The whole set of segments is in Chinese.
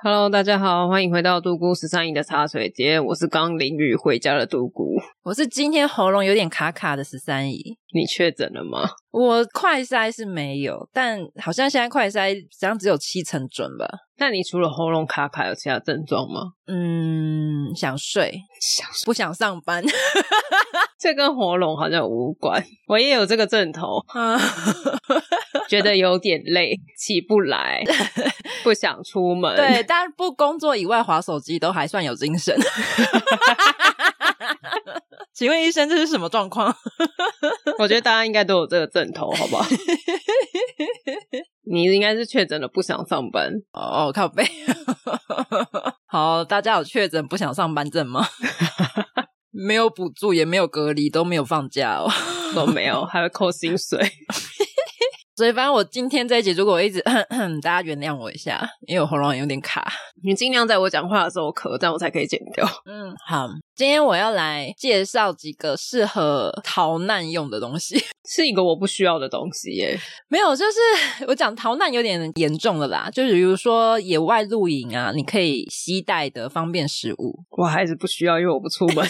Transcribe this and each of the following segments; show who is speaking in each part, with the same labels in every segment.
Speaker 1: Hello，大家好，欢迎回到杜姑十三姨的茶水间，我是刚淋雨回家的杜姑。
Speaker 2: 我是今天喉咙有点卡卡的十三姨，
Speaker 1: 你确诊了吗？
Speaker 2: 我快筛是没有，但好像现在快筛好像只有七成准吧。
Speaker 1: 那你除了喉咙卡卡，有其他症状吗？
Speaker 2: 嗯，想睡，不想上班。
Speaker 1: 这跟喉咙好像无关。 我也有这个症头，
Speaker 2: 啊
Speaker 1: 觉得有点累，起不 来，不想出门。
Speaker 2: 对，但不工作以外划手机都还算有精 神。请问医生，这是什么状 况？
Speaker 1: 我觉得大家应该都有这个症头，好不 好？你应该是确诊了，不想上班。
Speaker 2: 哦，靠背。 好，大家有确诊不想上班证吗？ 没有补助，也没有隔离，都没有放假哦。
Speaker 1: 都没有，还会扣薪 水。
Speaker 2: 所以，反正我今天这一集，如果我一直 大家原谅我一下，因为我喉咙有点卡。
Speaker 1: 你尽量在我讲话的时候咳，这样我才可以剪掉。
Speaker 2: 嗯，好，今天我要来介绍几个适合逃难用的东西。
Speaker 1: 是一个我不需要的东西耶。
Speaker 2: 没有，就是我讲逃难有点严重了啦，就比如说野外露营啊，你可以携带的方便食物。
Speaker 1: 我还是不需要，因为我不出门。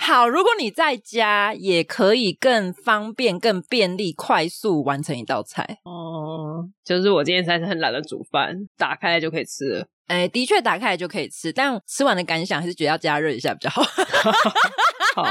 Speaker 2: 好，如果你在家，也可以更方便、更便利、快速完成一道菜。
Speaker 1: 哦，就是我今天才是很懒得煮饭，打开来就可以吃了。
Speaker 2: 哎，的确打开来就可以吃，但吃完的感想还是觉得要加热一下比较好。
Speaker 1: 好，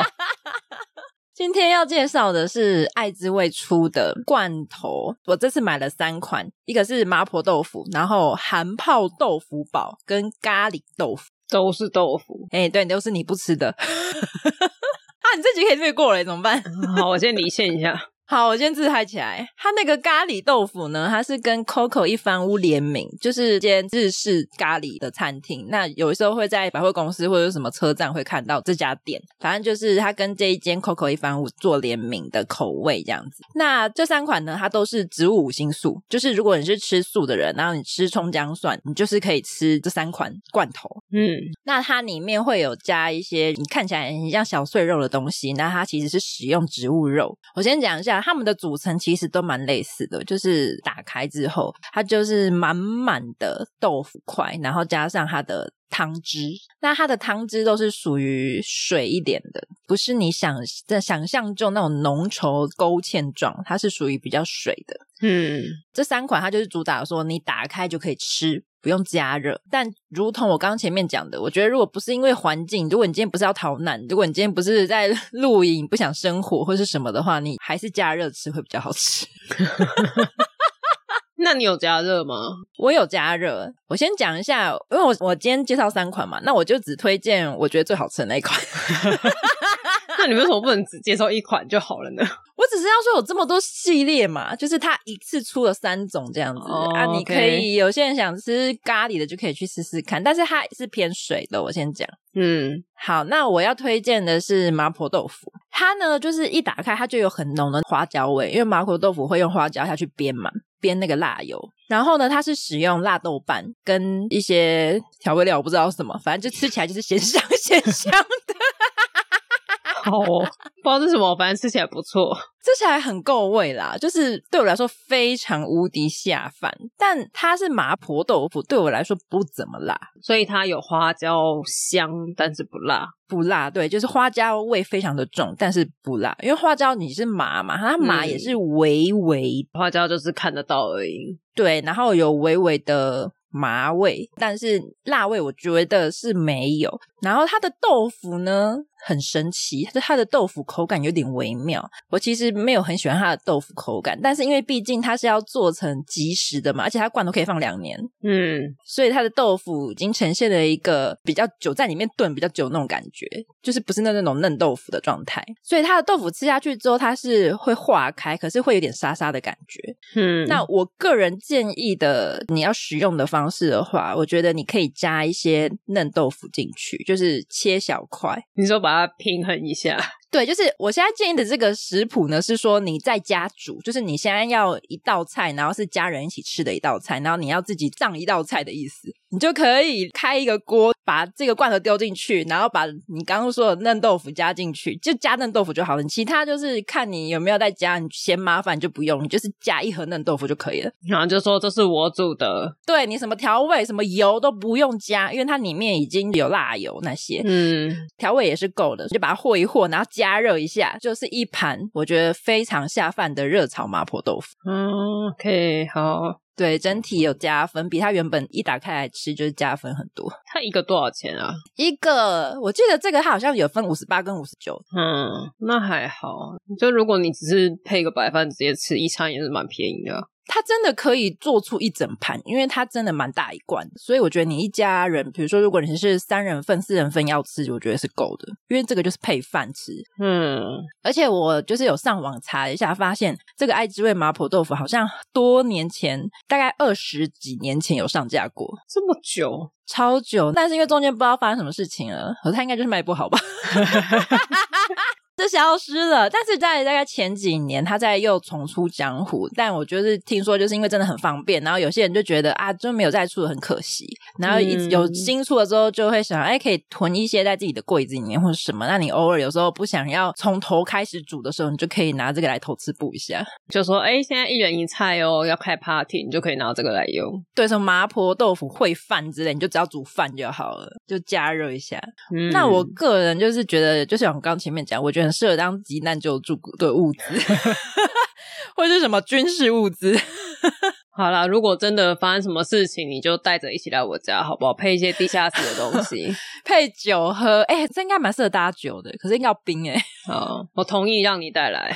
Speaker 2: 今天要介绍的是爱滋味出的罐头，我这次买了三款，一个是麻婆豆腐，然后韩泡豆腐煲跟咖喱豆腐。
Speaker 1: 都是豆腐。
Speaker 2: 哎，对，都是你不吃的。 啊，你这集可以略过了，怎么办？
Speaker 1: 好，我先离线一 下。
Speaker 2: 好，我先自嗨起来。它那个咖喱豆腐呢，它是跟 Coco 一番屋联名，就是一间日式咖喱的餐厅。那有时候会在百货公司或者是什么车站会看到这家店，反正就是它跟这一间 Coco 一番屋做联名的口味这样子。那这三款呢，它都是植物五星素，就是如果你是吃素的人，然后你吃葱姜蒜，你就是可以吃这三款罐头。
Speaker 1: 嗯，
Speaker 2: 那它里面会有加一些你看起来很像小碎肉的东西，那它其实是使用植物肉。我先讲一下，它们的组成其实都蛮类似的，就是打开之后，它就是满满的豆腐块，然后加上它的。汤汁，那它的汤汁都是属于水一点的，不是你想在想象中那种浓稠勾芡状，它是属于比较水的。
Speaker 1: 嗯，
Speaker 2: 这三款它就是主打说你打开就可以吃，不用加热。但如同我刚刚前面讲的，我觉得如果不是因为环境，如果你今天不是要逃难，如果你今天不是在 露营，不想生火或是什么的话，你还是加热吃会比较好吃。
Speaker 1: 那你有加 热吗？
Speaker 2: 我有加热，我先讲一下，因为我我今天介绍三款嘛，那我就只推荐我觉得最好吃的那一款。
Speaker 1: 那你为什么不能只接受一款就好了呢？
Speaker 2: 我只是要说有这么多系列嘛，就是它一次出了三种这样子、
Speaker 1: 哦
Speaker 2: 啊，你
Speaker 1: OK
Speaker 2: 可以有些人想吃咖喱的就可以去试试看，但是它是偏水的，我先讲。
Speaker 1: 嗯，
Speaker 2: 好，那我要推荐的是麻婆豆腐。它呢，就是一打开它就有很浓的花椒味，因为麻婆豆腐会用花椒下去煸嘛，煸那个辣油。然后呢，它是使用辣豆瓣跟一些调味料，我不知道什么，反正就吃起来就是咸香 咸香的，
Speaker 1: 好哦， 不知道是什么，反正吃起来不错。
Speaker 2: 吃起来很够味啦，就是对我来说非常无敌下饭。但它是麻婆豆腐，对我来说不怎么辣，
Speaker 1: 所以它有花椒香，但是不辣。
Speaker 2: 不辣，对，就是花椒味非常的重，但是不辣，因为花椒你是麻嘛，它麻
Speaker 1: 嗯
Speaker 2: 也是微微
Speaker 1: 花椒就是看得到而已。
Speaker 2: 对，然后有微微的麻味，但是辣味我觉得是没有。然后它的豆腐呢很神奇，就是它的豆腐口感有点微妙。我其实没有很喜欢它的豆腐口感，但是因为毕竟它是要做成即食的嘛，而且它罐头可以放两年，
Speaker 1: 嗯，
Speaker 2: 所以它的豆腐已经呈现了一个比较久在里面炖比较久那种感觉，就是不是那那种嫩豆腐的状态。所以它的豆腐吃下去之后，它是会化开，可是会有点沙沙的感觉。
Speaker 1: 嗯，
Speaker 2: 那我个人建议的，你要使用的方式的话，我觉得你可以加一些嫩豆腐进去，就是切小块。
Speaker 1: 你说把它平衡一下，
Speaker 2: 对，就是我现在建议的这个食谱呢，是说你在家煮，就是你现在要一道菜，然后是家人一起吃的一道菜，然后你要自己上一道菜的意思，你就可以开一个锅，把这个罐头丢进去，然后把你刚刚说的嫩豆腐加进去，就加嫩豆腐就好了。你其他就是看你有没有在加，你嫌麻烦就不用，你就是加一盒嫩豆腐就可以了。
Speaker 1: 然后就说这是我煮的，
Speaker 2: 对你什么调味、什么油都不用加，因为它里面已经有辣油那些，
Speaker 1: 嗯，
Speaker 2: 调味也是够的，就把它和一和，然后加热一下，就是一盘我觉得非常下饭的热炒麻婆豆腐。
Speaker 1: 嗯，OK，好，
Speaker 2: 对，整体有加分，比它原本一打开来吃就是加分很多。
Speaker 1: 它一个多少钱啊？
Speaker 2: 一个，我记得这个它好像有分五十八跟五十九，
Speaker 1: 嗯，那还好，就如果你只是配个白饭直接吃一餐也是蛮便宜的啊，
Speaker 2: 它真的可以做出一整盘，因为它真的蛮大一罐，所以我觉得你一家人，比如说如果你是三人份、四人份要吃，我觉得是够的，因为这个就是配饭吃。
Speaker 1: 嗯，
Speaker 2: 而且我就是有上网查一下，发现这个爱之味麻婆豆腐好像多年前，大概二十几年前有上架过，
Speaker 1: 这么久，
Speaker 2: 超久。但是因为中间不知道发生什么事情了，我猜应该就是卖不好吧。这消失了，但是在大概前几年，它在又重出江湖。但我就是听说，就是因为真的很方便，然后有些人就觉得啊，就没有再出了很可惜。然后一直
Speaker 1: 嗯
Speaker 2: 有新出了之后，就会想，哎，可以囤一些在自己的柜子里面或者什么。那你偶尔有时候不想要从头开始煮的时候，你就可以拿这个来偷吃补一下。
Speaker 1: 就说哎、诶现在一人一菜哦，要开 party，你就可以拿这个来用，
Speaker 2: 对，什么麻婆豆腐烩饭之类，你就只要煮饭就好了，就加热一下。
Speaker 1: 嗯
Speaker 2: 那我个人就是觉得，就像我刚前面讲，我觉得很适合当急难救助的物资，或是什么军事物资。
Speaker 1: 好啦，如果真的发生什么事情，你就带着一起来我家，好不好？配一些地下室的东西。
Speaker 2: 配酒喝，哎、这应该蛮适合搭酒的，可是应该要冰哎、
Speaker 1: 好，我同意让你带来。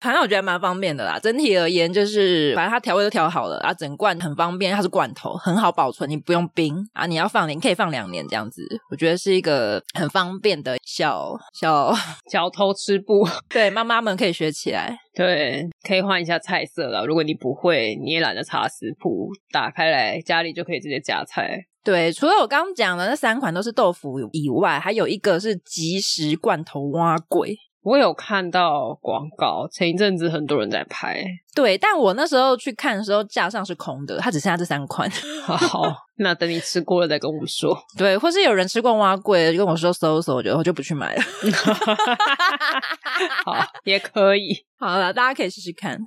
Speaker 2: 反正我觉得蛮方便的啦。整体而言，就是反正它调味都调好了啊，整罐很方便，它是罐头，很好保存，你不用冰啊。你要放年，你可以放两年这样子，我觉得是一个很方便的小小
Speaker 1: 小偷吃布，
Speaker 2: 对妈妈们可以学起来。
Speaker 1: 对，可以换一下菜色了。如果你不会，你也懒得查食谱，打开来家里就可以直接夹菜。
Speaker 2: 对，除了我刚刚讲的那三款都是豆腐以外，还有一个是即食罐头蛙粿。
Speaker 1: 我有看到广告，前一阵子很多人在拍。
Speaker 2: 对，但我那时候去看的时候，架上是空的，它只剩下这三款。
Speaker 1: 好，那等你吃过了再跟我说。
Speaker 2: 对，或是有人吃过蛙粿，就跟我说搜搜，我就我就不去买了。
Speaker 1: 好，也可以。
Speaker 2: 好了，大家可以试试看。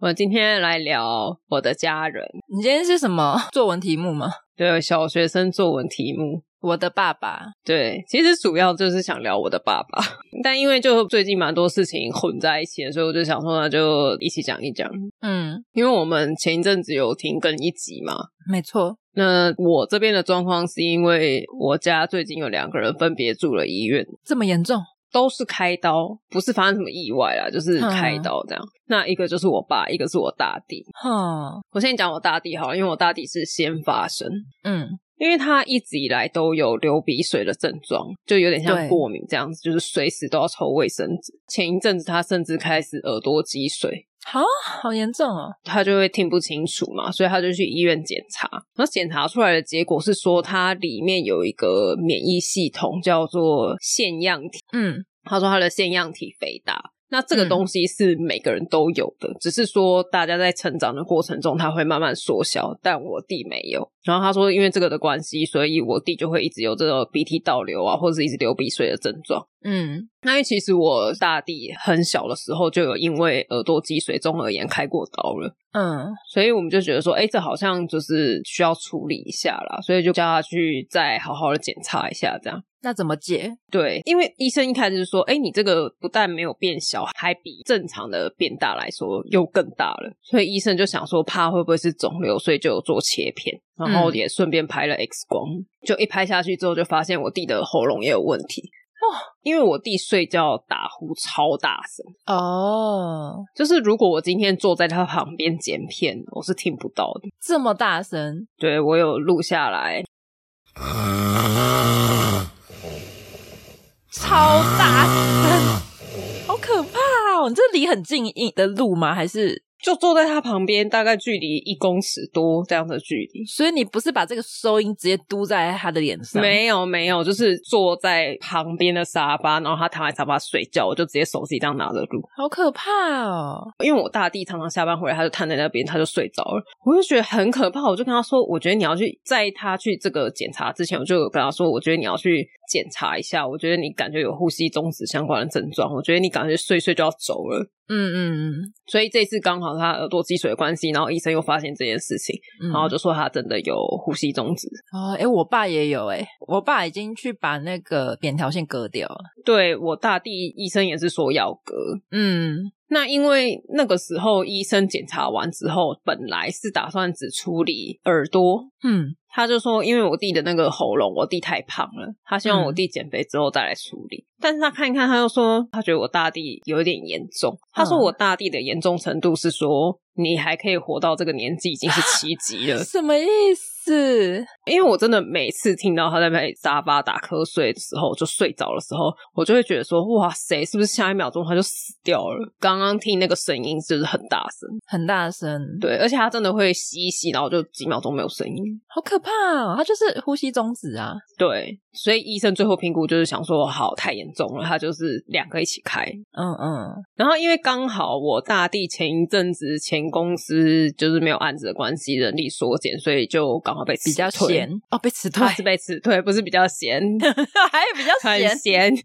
Speaker 1: 我今天来聊我的家人，
Speaker 2: 你今天是什么作文题目吗？
Speaker 1: 对小学生作文题目。
Speaker 2: 我的爸爸，
Speaker 1: 对，其实主要就是想聊我的爸爸， 但因为就最近蛮多事情混在一起的，所以我就想说，那就一起讲一讲。
Speaker 2: 嗯，
Speaker 1: 因为我们前一阵子有停更一集嘛，
Speaker 2: 没错，
Speaker 1: 那我这边的状况是因为我家最近有两个人分别住了医院，
Speaker 2: 这么严重，
Speaker 1: 都是开刀，不是发生什么意外啦，就是开刀这样。那一个就是我爸，一个是我大弟。
Speaker 2: 哈，
Speaker 1: 我先讲我大弟好了，因为我大弟是先发生。
Speaker 2: 嗯，
Speaker 1: 因为他一直以来都有流鼻水的症状，就有点像
Speaker 2: 对
Speaker 1: 过敏这样子，就是随时都要抽卫生纸。前一阵子他甚至开始耳朵积水，
Speaker 2: 好，好严重哦，
Speaker 1: 他就会听不清楚嘛，所以他就去医院检查。然后检查出来的结果是说，他里面有一个免疫系统叫做腺样体，
Speaker 2: 嗯，
Speaker 1: 他说他的腺样体肥大。那这个
Speaker 2: 嗯
Speaker 1: 东西是每个人都有的，只是说大家在成长的过程中，它会慢慢缩小。但我弟没有。然后他说，因为这个的关系，所以我弟就会一直有这种鼻涕倒流啊，或者是一直流鼻水的症状。
Speaker 2: 嗯，
Speaker 1: 那因为其实我大弟很小的时候就有因为耳朵积水、中耳炎开过刀了，
Speaker 2: 嗯，
Speaker 1: 所以我们就觉得说，哎、这好像就是需要处理一下啦，所以就叫他去再好好的检查一下这样。
Speaker 2: 那怎么解？
Speaker 1: 对，因为医生一开始就说，哎，你这个不但没有变小，还比正常的变大来说又更大了，所以医生就想说，怕会不会是肿瘤，所以就有做切片，然后
Speaker 2: 嗯
Speaker 1: 也顺便拍了 X 光，就一拍下去之后，就发现我弟的喉咙也有问题。哦，因为我弟睡觉打呼超大声，
Speaker 2: 哦，
Speaker 1: 就是如果我今天坐在他旁边剪片，我是听不到的。
Speaker 2: 这么大声，
Speaker 1: 对我有录下来，
Speaker 2: 超大声，好可怕哦！你这离很近的路吗？还是？
Speaker 1: 就坐在他旁边，大概距离一公尺多这样的距离。
Speaker 2: 所以你不是把这个收音直接嘟在他的脸上？
Speaker 1: 没有没有，就是坐在旁边的沙发，然后他躺在沙发睡觉，我就直接手机这样拿着录。
Speaker 2: 好可怕哦！
Speaker 1: 因为我大弟常常下班回来，他就瘫在那边，他就睡着了，我就觉得很可怕。我就跟他说，我觉得你要去在他去这个检查之前，我就有跟他说，我觉得你要去检查一下，我觉得你感觉有呼吸中止相关的症状，我觉得你感觉睡一睡就要走了。
Speaker 2: 嗯嗯嗯
Speaker 1: 所以这次刚好他耳朵积水的关系，然后医生又发现这件事情，
Speaker 2: 嗯，
Speaker 1: 然后就说他真的有呼吸中止。
Speaker 2: 哦，哎、我爸也有哎、诶我爸已经去把那个扁条线割掉了。
Speaker 1: 对我大弟医生也是说要割，
Speaker 2: 嗯，
Speaker 1: 那因为那个时候医生检查完之后，本来是打算只处理耳朵，
Speaker 2: 嗯，
Speaker 1: 他就说因为我弟的那个喉咙，我弟太胖了，他希望我弟减肥之后再来处理。但是他看一看，他又说他觉得我大弟有一点严重，他说
Speaker 2: 嗯。
Speaker 1: 我大弟的严重程度是说。你还可以活到这个年纪，已经是奇迹了
Speaker 2: 什么意思？
Speaker 1: 因为我真的每次听到他在那里沙发打瞌睡的时候，就睡着的时候，我就会觉得说，哇塞，是不是下一秒钟他就死掉了？刚刚听那个声音就是很大声，
Speaker 2: 很大声，
Speaker 1: 对，而且他真的会吸一吸，然后就几秒钟没有声音。
Speaker 2: 好可怕哦！他就是呼吸终止啊。
Speaker 1: 对，所以医生最后评估就是想说，好，太严重了，他就是两个一起开。
Speaker 2: 嗯嗯，
Speaker 1: 然后因为刚好我大弟前一阵子前公司就是没有案子的关系，人力缩减，所以就赶快被
Speaker 2: 比较
Speaker 1: 辞退，
Speaker 2: 咸哦，被辞退
Speaker 1: 他，是被辞退，不是比较闲，
Speaker 2: 还有比较
Speaker 1: 很
Speaker 2: 咸，
Speaker 1: 闲。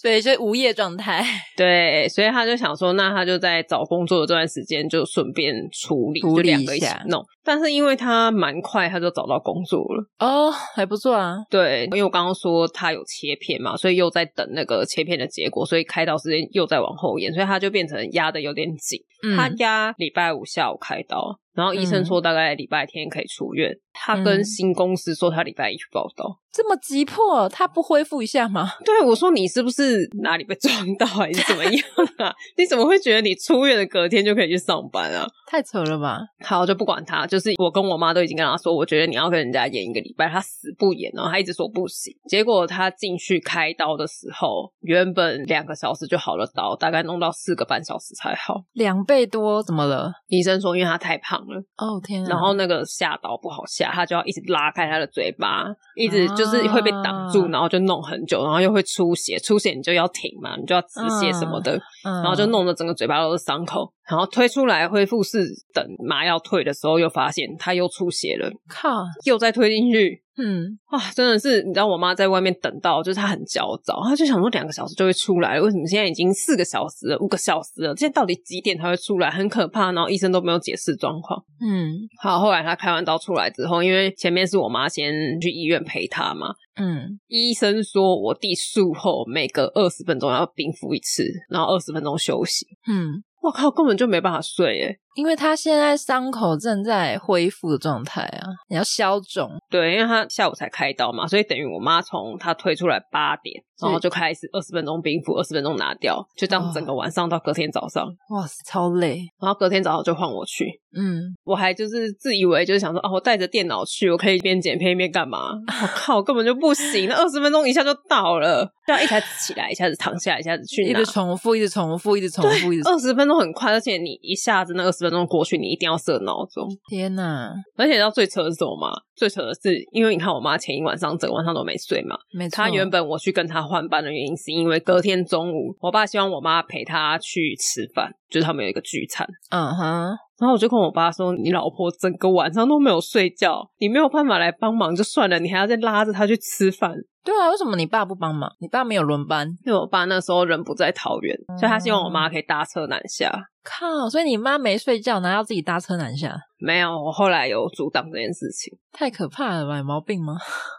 Speaker 2: 所以就无业状态，
Speaker 1: 对，所以他就想说，那他就在找工作的这段时间就顺便处理，
Speaker 2: 处
Speaker 1: 就
Speaker 2: 理
Speaker 1: 两个一
Speaker 2: 一
Speaker 1: 起
Speaker 2: 下
Speaker 1: 弄。但是因为他蛮快，他就找到工作了。
Speaker 2: 哦，还不错啊。
Speaker 1: 对，因为我刚刚说他有切片嘛，所以又在等那个切片的结果，所以开刀时间又在往后延，所以他就变成压的有点紧。他
Speaker 2: 嗯
Speaker 1: 压礼拜五下午开刀，然后医生
Speaker 2: 嗯
Speaker 1: 说大概礼拜天可以出院。他跟
Speaker 2: 嗯
Speaker 1: 新公司说他礼拜一去报道。
Speaker 2: 这么急迫，他不恢复一下吗？
Speaker 1: 对我说你是不是哪里被撞到还是怎么样啊？ 你怎么会觉得你出院的隔天就可以去上班啊？
Speaker 2: 太扯了吧！
Speaker 1: 好，就不管他，就是我跟我妈都已经跟他说，我觉得你要跟人家演一个礼拜，他死不演，然后他一直说不行。结果他进去开刀的时候，原本两个小时就好了刀，大概弄到四个半小时才好。
Speaker 2: 两倍多，怎么了？
Speaker 1: 医生说，因为他太胖了，
Speaker 2: 哦天啊！
Speaker 1: 然后那个下刀不好下，他就要一直拉开他的嘴巴，一直就是会被挡住，
Speaker 2: 啊
Speaker 1: 然后就弄很久，然后又会出血，出血你就要停嘛，你就要止血什么的。
Speaker 2: 嗯，
Speaker 1: 然后就弄得整个嘴巴都是伤口，然后推出来恢复室，等麻药退的时候，又发现他又出血了，
Speaker 2: 靠，
Speaker 1: 又再推进去。
Speaker 2: 嗯，
Speaker 1: 哇，真的是，你知道我妈在外面等到，就是她很焦躁，她就想说两个小时就会出来，为什么现在已经四个小时了、五个小时了？现在到底几点才会出来？很可怕。然后医生都没有解释状况。
Speaker 2: 嗯
Speaker 1: 好，后来她开完刀出来之后，因为前面是我妈先去医院陪她嘛，
Speaker 2: 嗯，
Speaker 1: 医生说我弟术后每隔二十分钟要冰敷一次，然后二十分钟休息。
Speaker 2: 嗯，
Speaker 1: 我靠，根本就没办法睡诶。
Speaker 2: 因为他现在伤口正在恢复的状态啊，你要消肿，
Speaker 1: 对，因为他下午才开刀嘛，所以等于我妈从她推出来八点，然后就开始二十分钟冰敷，二十分钟拿掉，就这样整个晚上到隔天早上，
Speaker 2: 哇塞，超累，
Speaker 1: 然后隔天早上就换我去。
Speaker 2: 嗯，
Speaker 1: 我还就是自以为就是想说，哦，我带着电脑去，我可以一边剪片一边干嘛？我靠，根本就不行，那二十分钟一下就到了，就要一下子起来，一下子躺下，一下子去
Speaker 2: 一
Speaker 1: 拿
Speaker 2: 直。重复，一直重复，一直重复，一直重
Speaker 1: 二十分钟很快，而且你一下子那二十分钟过去，你一定要设闹钟。
Speaker 2: 复 天哪，
Speaker 1: 而且你知道最扯的是什么吗？最扯的是，因为你看我妈前一晚上整个晚上都没睡嘛。
Speaker 2: 没错，
Speaker 1: 她原本我去跟她换班的原因，是因为隔天中午，我爸希望我妈陪她去吃饭，就是他们有一个聚餐。
Speaker 2: 嗯哼，
Speaker 1: 然后我就跟我爸说：“你老婆整个晚上都没有睡觉，你没有办法来帮忙就算了，你还要再拉着她去吃饭。
Speaker 2: 对啊，为什么你爸不帮忙？你爸没有轮班”，
Speaker 1: 因为我爸那时候人不在桃园，所以他希望我
Speaker 2: 嗯
Speaker 1: 妈可以搭车南下。
Speaker 2: 靠，所以你妈没睡觉，然后要自己搭车南下，
Speaker 1: 没有，我后来有阻挡这件事情。
Speaker 2: 太可怕了吧？有毛病吗？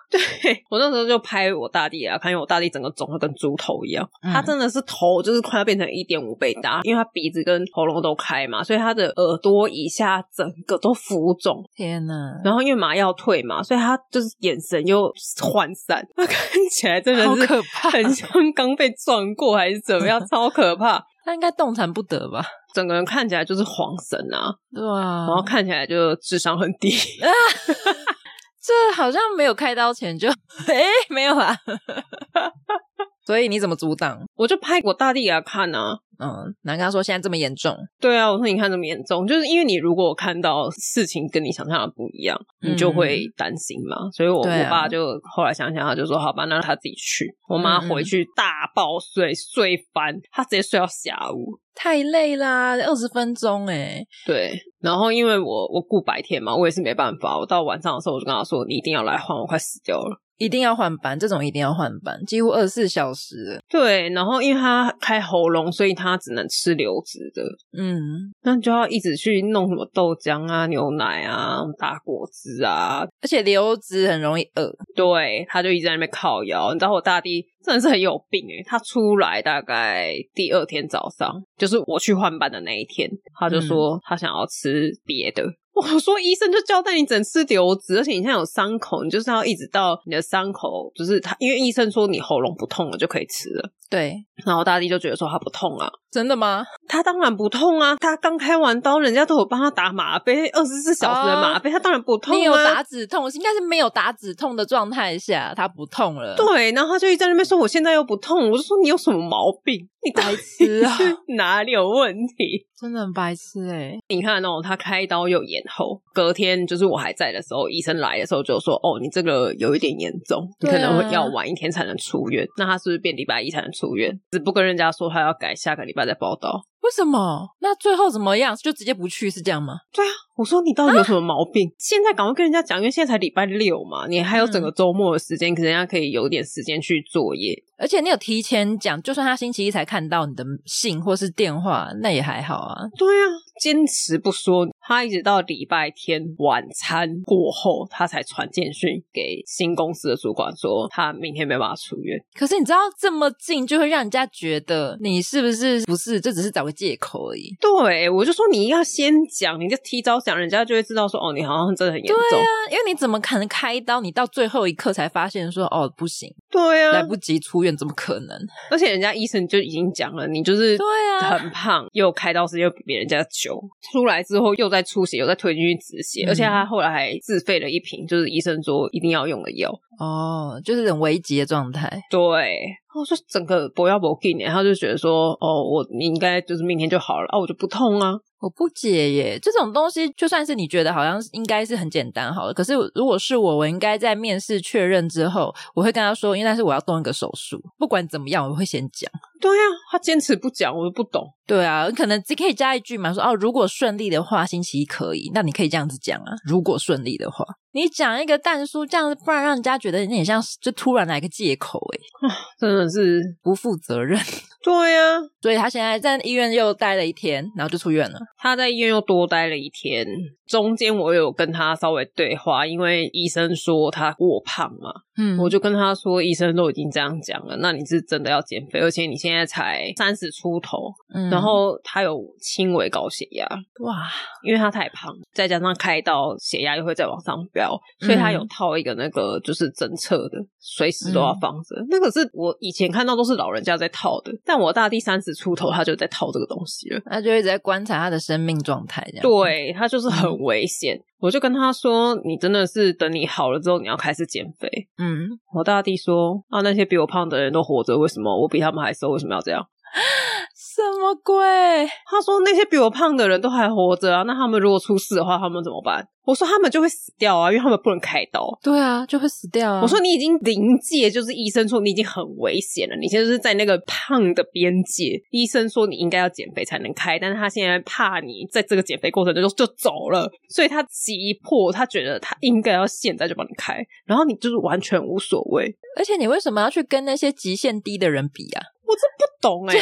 Speaker 1: 对 我那时候就拍我大弟啊，看因为我大弟整个肿的跟猪头一样，
Speaker 2: 嗯
Speaker 1: 他真的是头就是快要变成一点五倍大，因为他鼻子跟喉咙都开嘛，所以他的耳朵以下整个都浮肿，
Speaker 2: 天哪，
Speaker 1: 然后因为麻药退嘛，所以他就是眼神又涣散，他看起来真的
Speaker 2: 好
Speaker 1: 是
Speaker 2: 可怕！
Speaker 1: 很像刚被撞过还是怎么样，超可怕。
Speaker 2: 他应该动弹不得吧？
Speaker 1: 整个人看起来就是黄神啊，
Speaker 2: 对啊
Speaker 1: 然后看起来就智商很低。
Speaker 2: 这好像没有开刀前就， 哎，没有啊。 所以你怎么阻挡？
Speaker 1: 我就拍我大弟给他看啊，
Speaker 2: 嗯，然后跟他说现在这么严重，
Speaker 1: 对啊，我说你看这么严重，就是因为你如果看到事情跟你想象的不一样，
Speaker 2: 嗯
Speaker 1: 你就会担心嘛。所以我、
Speaker 2: 对啊
Speaker 1: 我爸就后来想想，他就说好吧，那让他自己去。我妈
Speaker 2: 嗯嗯
Speaker 1: 回去大爆睡，睡翻，她直接睡到下午。
Speaker 2: 太累啦，二十分钟哎，
Speaker 1: 对，然后因为我我顾白天嘛，我也是没办法。我到晚上的时候，我就跟他说：“你一定要来换，我快死掉了。”
Speaker 2: 一定要换班，这种一定要换班，几乎二十四小时。
Speaker 1: 对，然后因为他开喉咙，所以他只能吃流质的，
Speaker 2: 嗯，
Speaker 1: 那你就要一直去弄什么豆浆啊、牛奶啊、打果汁啊。
Speaker 2: 而且流质很容易饿。
Speaker 1: 对，他就一直在那边靠腰。你知道我大弟真的是很有病诶、他出来大概第二天早上，就是我去换班的那一天，他就说他想要吃别的。 我说医生就交代你只能吃流质，而且你现在有伤口，你就是要一直到你的伤口，就是他，因为医生说你喉咙不痛了就可以吃了。
Speaker 2: 对，
Speaker 1: 然后我大弟就觉得说他不痛啊，
Speaker 2: 真的吗？
Speaker 1: 他当然不痛啊，他刚开完刀，人家都有帮他打麻啡，二十四小时的麻啡，他当然不痛啊。
Speaker 2: 你有打止痛，应该是没有打止痛的状态下，它不痛了。，
Speaker 1: 对，然后他就一直在那边说我现在又不痛，我就说你有什么毛病？你到
Speaker 2: 白
Speaker 1: 底
Speaker 2: 痴 啊，
Speaker 1: 是哪里有问题？
Speaker 2: 真的很白痴哎、
Speaker 1: 你看哦，他开刀又延后，隔天就是我还在的时候，医生来的时候就说哦，你这个有一点严重，你
Speaker 2: 对啊
Speaker 1: 可能会要晚一天才能出院。那他是不是变礼拜一才能出院？只不跟人家说他要改下个礼拜再报道。
Speaker 2: 为什么？那最后怎么样？就直接不去是这样吗？
Speaker 1: 我说你到底有什么毛
Speaker 2: 啊
Speaker 1: 病？现在赶快跟人家讲，因为现在才礼拜六嘛，你还有
Speaker 2: 嗯
Speaker 1: 整个周末的时间，可人家可以有点时间去作业。
Speaker 2: 而且你有提前讲，就算他星期一才看到你的信或是电话，那也还好啊。
Speaker 1: 对啊，坚持不说，他一直到礼拜天晚餐过后，他才传简讯给新公司的主管说他明天没办法出院。
Speaker 2: 可是你知道这么近，就会让人家觉得你是不是不是？这只是找个借口而已。
Speaker 1: 对，我就说你要先讲，你就提早讲，人家就会知道说哦，你好像真的很严重。
Speaker 2: 那因为你怎么可能开刀？你到最后一刻才发现说哦不行，
Speaker 1: 对啊，
Speaker 2: 来不及出院，怎么可能？
Speaker 1: 而且人家医生就已经讲了，你就是
Speaker 2: 对啊
Speaker 1: 很胖，又开刀时间又比别人家久，出来之后又再出血，又再推进去止血，
Speaker 2: 嗯
Speaker 1: 而且他后来还自费了一瓶，就是医生说一定要用的药。
Speaker 2: 哦，就是很危急的状态。
Speaker 1: 对，然后我说整个不要不进，然后就觉得说，哦，我你应该就是明天就好了啊，我就不痛啊。
Speaker 2: 我不解耶，这种东西就算是你觉得好像是应该是很简单好了，可是如果是我，我应该在面试确认之后，我会跟他说，因为那是我要动一个手术，不管怎么样，我会先讲。
Speaker 1: 对啊，他坚持不讲，我就不懂。
Speaker 2: 对啊，可能只可以加一句嘛，说哦，如果顺利的话，星期一可以。那你可以这样子讲啊，如果顺利的话，你讲一个淡书这样子，不然让人家觉得你很像是就突然来个借口，诶，
Speaker 1: 真的是，
Speaker 2: 不负责任。
Speaker 1: 对啊，
Speaker 2: 所以他现在在医院又待了一天，然后就出院了。
Speaker 1: 他在医院又多待了一天，中间我有跟他稍微对话，因为医生说他过胖嘛，
Speaker 2: 嗯
Speaker 1: 我就跟他说，医生都已经这样讲了，那你是真的要减肥，而且你现在才三十出头，
Speaker 2: 嗯
Speaker 1: 然后他有轻微高血压，
Speaker 2: 哇，
Speaker 1: 因为他太胖，再加上开刀血压又会再往上飙，所以他有套一个那个就是侦测的，随时都要放着。那个是我以前看到都是老人家在套的，但我大弟三十出头，他就在套这个东西了。
Speaker 2: 他就一直在观察他的生命状态，这样。
Speaker 1: 对他就是很危险，我就跟他说：“你真的是等你好了之后，你要开始减肥。”
Speaker 2: 嗯，
Speaker 1: 我大弟说：“啊，那些比我胖的人都活着，为什么我比他们还瘦？为什么要这样
Speaker 2: 什么鬼？？”
Speaker 1: 他说：“那些比我胖的人都还活着啊，那他们如果出事的话，他们怎么办？”我说：“他们就会死掉啊，因为他们不能开刀。
Speaker 2: 对啊，就会死掉啊！
Speaker 1: 我说：“你已经临界，就是医生说你已经很危险了，你现在就是在那个胖的边界。医生说你应该要减肥才能开，但是他现在怕你在这个减肥过程中就就走了，所以他急迫，他觉得他应该要现在就帮你开，然后你就是完全无所谓。
Speaker 2: 而且你为什么要去跟那些极限低的人比啊？
Speaker 1: 我真不懂哎、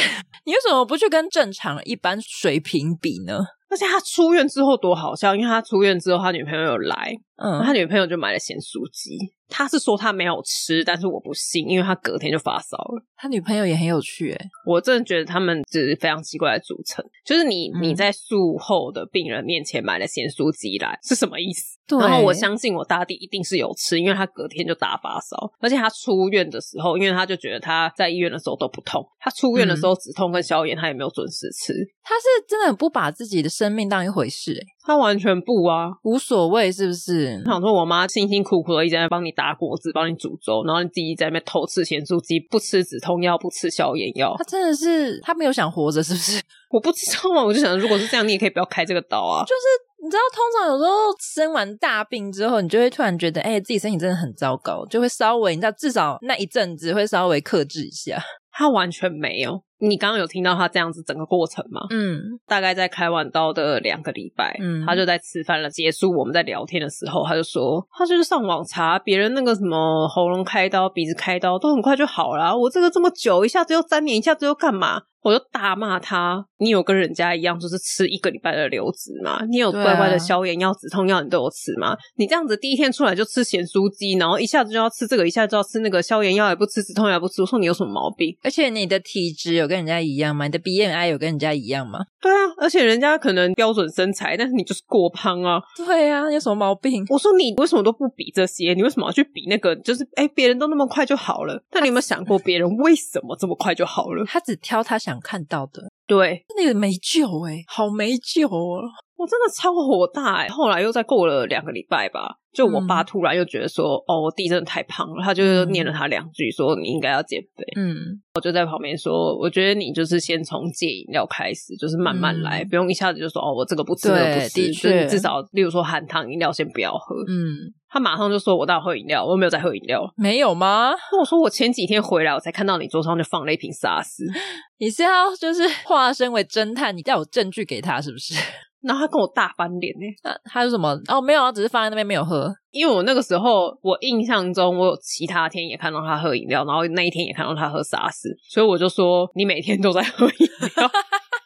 Speaker 2: 你为什么不去跟正常一般水平比呢？
Speaker 1: 而且他出院之后多好笑，因为他出院之后，他女朋友有来，
Speaker 2: 嗯
Speaker 1: 然后他女朋友就买了咸酥鸡，他是说他没有吃，但是我不信，因为他隔天就发烧了。
Speaker 2: 他女朋友也很有趣、欸，
Speaker 1: 我真的觉得他们只是非常奇怪的组成，就是你
Speaker 2: 嗯
Speaker 1: 你在术后的病人面前买了咸酥鸡来是什么意思？
Speaker 2: 对
Speaker 1: 然后我相信我大弟一定是有吃，因为他隔天就大发烧，而且他出院的时候，因为他就觉得他在医院的时候都不痛，他出院的
Speaker 2: 嗯
Speaker 1: 时候止痛跟消炎他也没有准时吃，
Speaker 2: 他是真的很不把自己的生命当一回事、欸，
Speaker 1: 他完全不啊。
Speaker 2: 无所谓是不是
Speaker 1: 我？想说，我妈辛辛苦苦的一直在那边帮你打果汁，帮你煮粥，然后你自己在那边偷吃咸酥鸡，不吃止痛药，不吃消炎药
Speaker 2: 他。真的是他没有想活着，是不是？
Speaker 1: 我不知道啊，我就想，如果是这样，你也可以不要开这个刀啊。
Speaker 2: 你知道，通常有时候生完大病之后，你就会突然觉得，哎、自己身体真的很糟糕，就会稍微，你知道，至少那一阵子会稍微克制一下。
Speaker 1: 他完全没有。你刚刚有听到他这样子整个过程吗？
Speaker 2: 嗯，
Speaker 1: 大概在开完刀的两个礼拜，
Speaker 2: 嗯
Speaker 1: 他就在吃饭了。结束我们在聊天的时候，他就说，他就是上网查别人那个什么喉咙开刀、鼻子开刀都很快就好啦，我这个这么久，一下子又三年，一下子又干嘛？我就大骂他，你有跟人家一样，就是吃一个礼拜的流质吗？你有
Speaker 2: 对啊
Speaker 1: 乖乖的消炎药、止痛药，你都有吃吗？你这样子第一天出来就吃咸酥鸡，然后一下子就要吃这个，一下子就要吃那个，消炎药也不吃，止痛药也不吃，我说你有什么毛病？
Speaker 2: 而且你的体质有跟人家一样吗？你的 BMI 有跟人家一样吗？
Speaker 1: 对啊，而且人家可能标准身材，但是你就是过胖啊。
Speaker 2: 对啊，有什么毛病？
Speaker 1: 我说你为什么都不比这些？你为什么要去比那个？就是哎，别人都那么快就好了，但你有没有想过别人为什么这么快就好 了？
Speaker 2: 他只挑他想看到的，
Speaker 1: 对
Speaker 2: 真的没救哎、好没救哦！
Speaker 1: 我真的超火大哎、后来又再过了两个礼拜吧，就我爸
Speaker 2: 嗯
Speaker 1: 突然又觉得说，哦，我弟真的太胖了，他就
Speaker 2: 嗯
Speaker 1: 念了他两句，说你应该要减肥。
Speaker 2: 嗯，
Speaker 1: 说我觉得你就是先从戒饮料开始，就是慢慢来，
Speaker 2: 嗯
Speaker 1: 不用一下子就说哦，我这个不吃，那个不
Speaker 2: 对
Speaker 1: 吃，
Speaker 2: 的
Speaker 1: 就是
Speaker 2: 确
Speaker 1: 至少例如说含糖饮料先不要喝，
Speaker 2: 嗯，
Speaker 1: 他马上就说：“我当然喝饮料，我没有在喝饮料。
Speaker 2: 没有吗？”
Speaker 1: 那我说：“我前几天回来，我才看到你桌上就放了一瓶沙士。
Speaker 2: 你是要就是 化身为侦探，你要有证据给他是不是？”
Speaker 1: 然后他跟我大翻脸呢、
Speaker 2: 那他说什么？哦，没有啊，只是放在那边没有喝。
Speaker 1: 因为我那个时候，我印象中我有其他天也看到他喝饮料，然后那一天也看到他喝沙士，所以我就说：“你每天都在喝饮料。”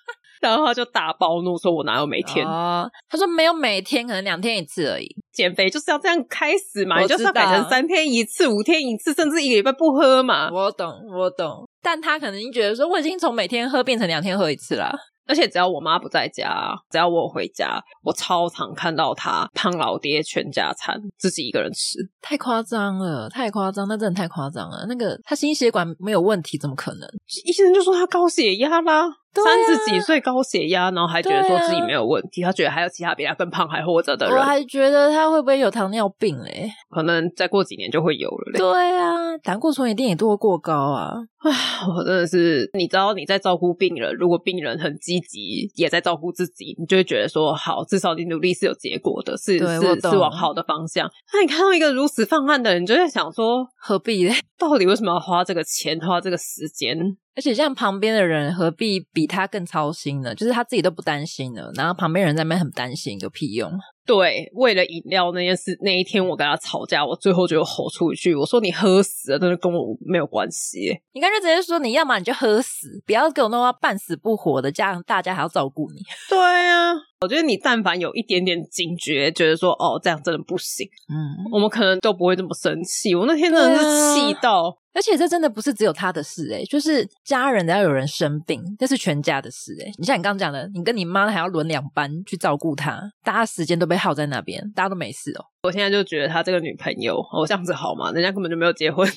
Speaker 1: 然后他就大暴怒说：“我哪有每天、
Speaker 2: 哦，他说没有每天，可能两天一次而已。
Speaker 1: 减肥就是要这样开始嘛？
Speaker 2: 我
Speaker 1: 你就是要改
Speaker 2: 知道
Speaker 1: 成三天一次、五天一次，甚至一个礼拜不喝嘛。”
Speaker 2: 我懂，我懂。但他可能已经觉得说，我已经从每天喝变成两天喝一次啦。
Speaker 1: 而且只要我妈不在家，只要我回家，我超常看到她胖老爹全家餐，自己一个人吃。
Speaker 2: 太夸张了，太夸张，那真的太夸张了。那个他心血管没有问题，怎么可能？
Speaker 1: 医生就说她高血压啦，
Speaker 2: 对啊
Speaker 1: 三十、几岁高血压，然后还觉得
Speaker 2: 对
Speaker 1: 说
Speaker 2: 啊
Speaker 1: 自己没有问题，她觉得还有其他比她更胖还活着的
Speaker 2: 我
Speaker 1: 人，
Speaker 2: 还觉得他会不会有糖尿病欸嘞？
Speaker 1: 可能再过几年就会有了嘞。
Speaker 2: 对啊，胆固醇一定也多过高啊。
Speaker 1: 啊，我真的是，你知道你在照顾病人，如果病人很积极，也在照顾自己，你就会觉得说好，至少你努力是有结果的，是
Speaker 2: 对我
Speaker 1: 是
Speaker 2: 懂
Speaker 1: 是往好的方向。那你看到一个如此放慢的人，你就在想说，
Speaker 2: 何必 嘞？
Speaker 1: 到底为什么要花这个钱，花这个时间？
Speaker 2: 而且像旁边的人，何必比他更操心呢？就是他自己都不担心了，然后旁边人在那边很担心，有屁用？
Speaker 1: 对，为了饮料那件事，那一天我跟他吵架，我最后就吼出一句：“我说你喝死了，那就跟我没有关系。
Speaker 2: 你干脆直接说，你要么你就喝死，不要给我弄到半死不活的，这样大家还要照顾你。”
Speaker 1: 对啊，我觉得你但凡有一点点警觉，觉得说哦这样真的不行，
Speaker 2: 嗯，
Speaker 1: 我们可能都不会这么生气。我那天真的是气到，
Speaker 2: 而且这真的不是只有他的事诶、就是家人的要有人生病，这是全家的事诶、欸你像你刚刚讲的，你跟你妈还要轮两班去照顾他，大家时间都被耗在那边，大家都没事哦。
Speaker 1: 我现在就觉得他这个女朋友哦这样子好吗？人家根本就没有结婚。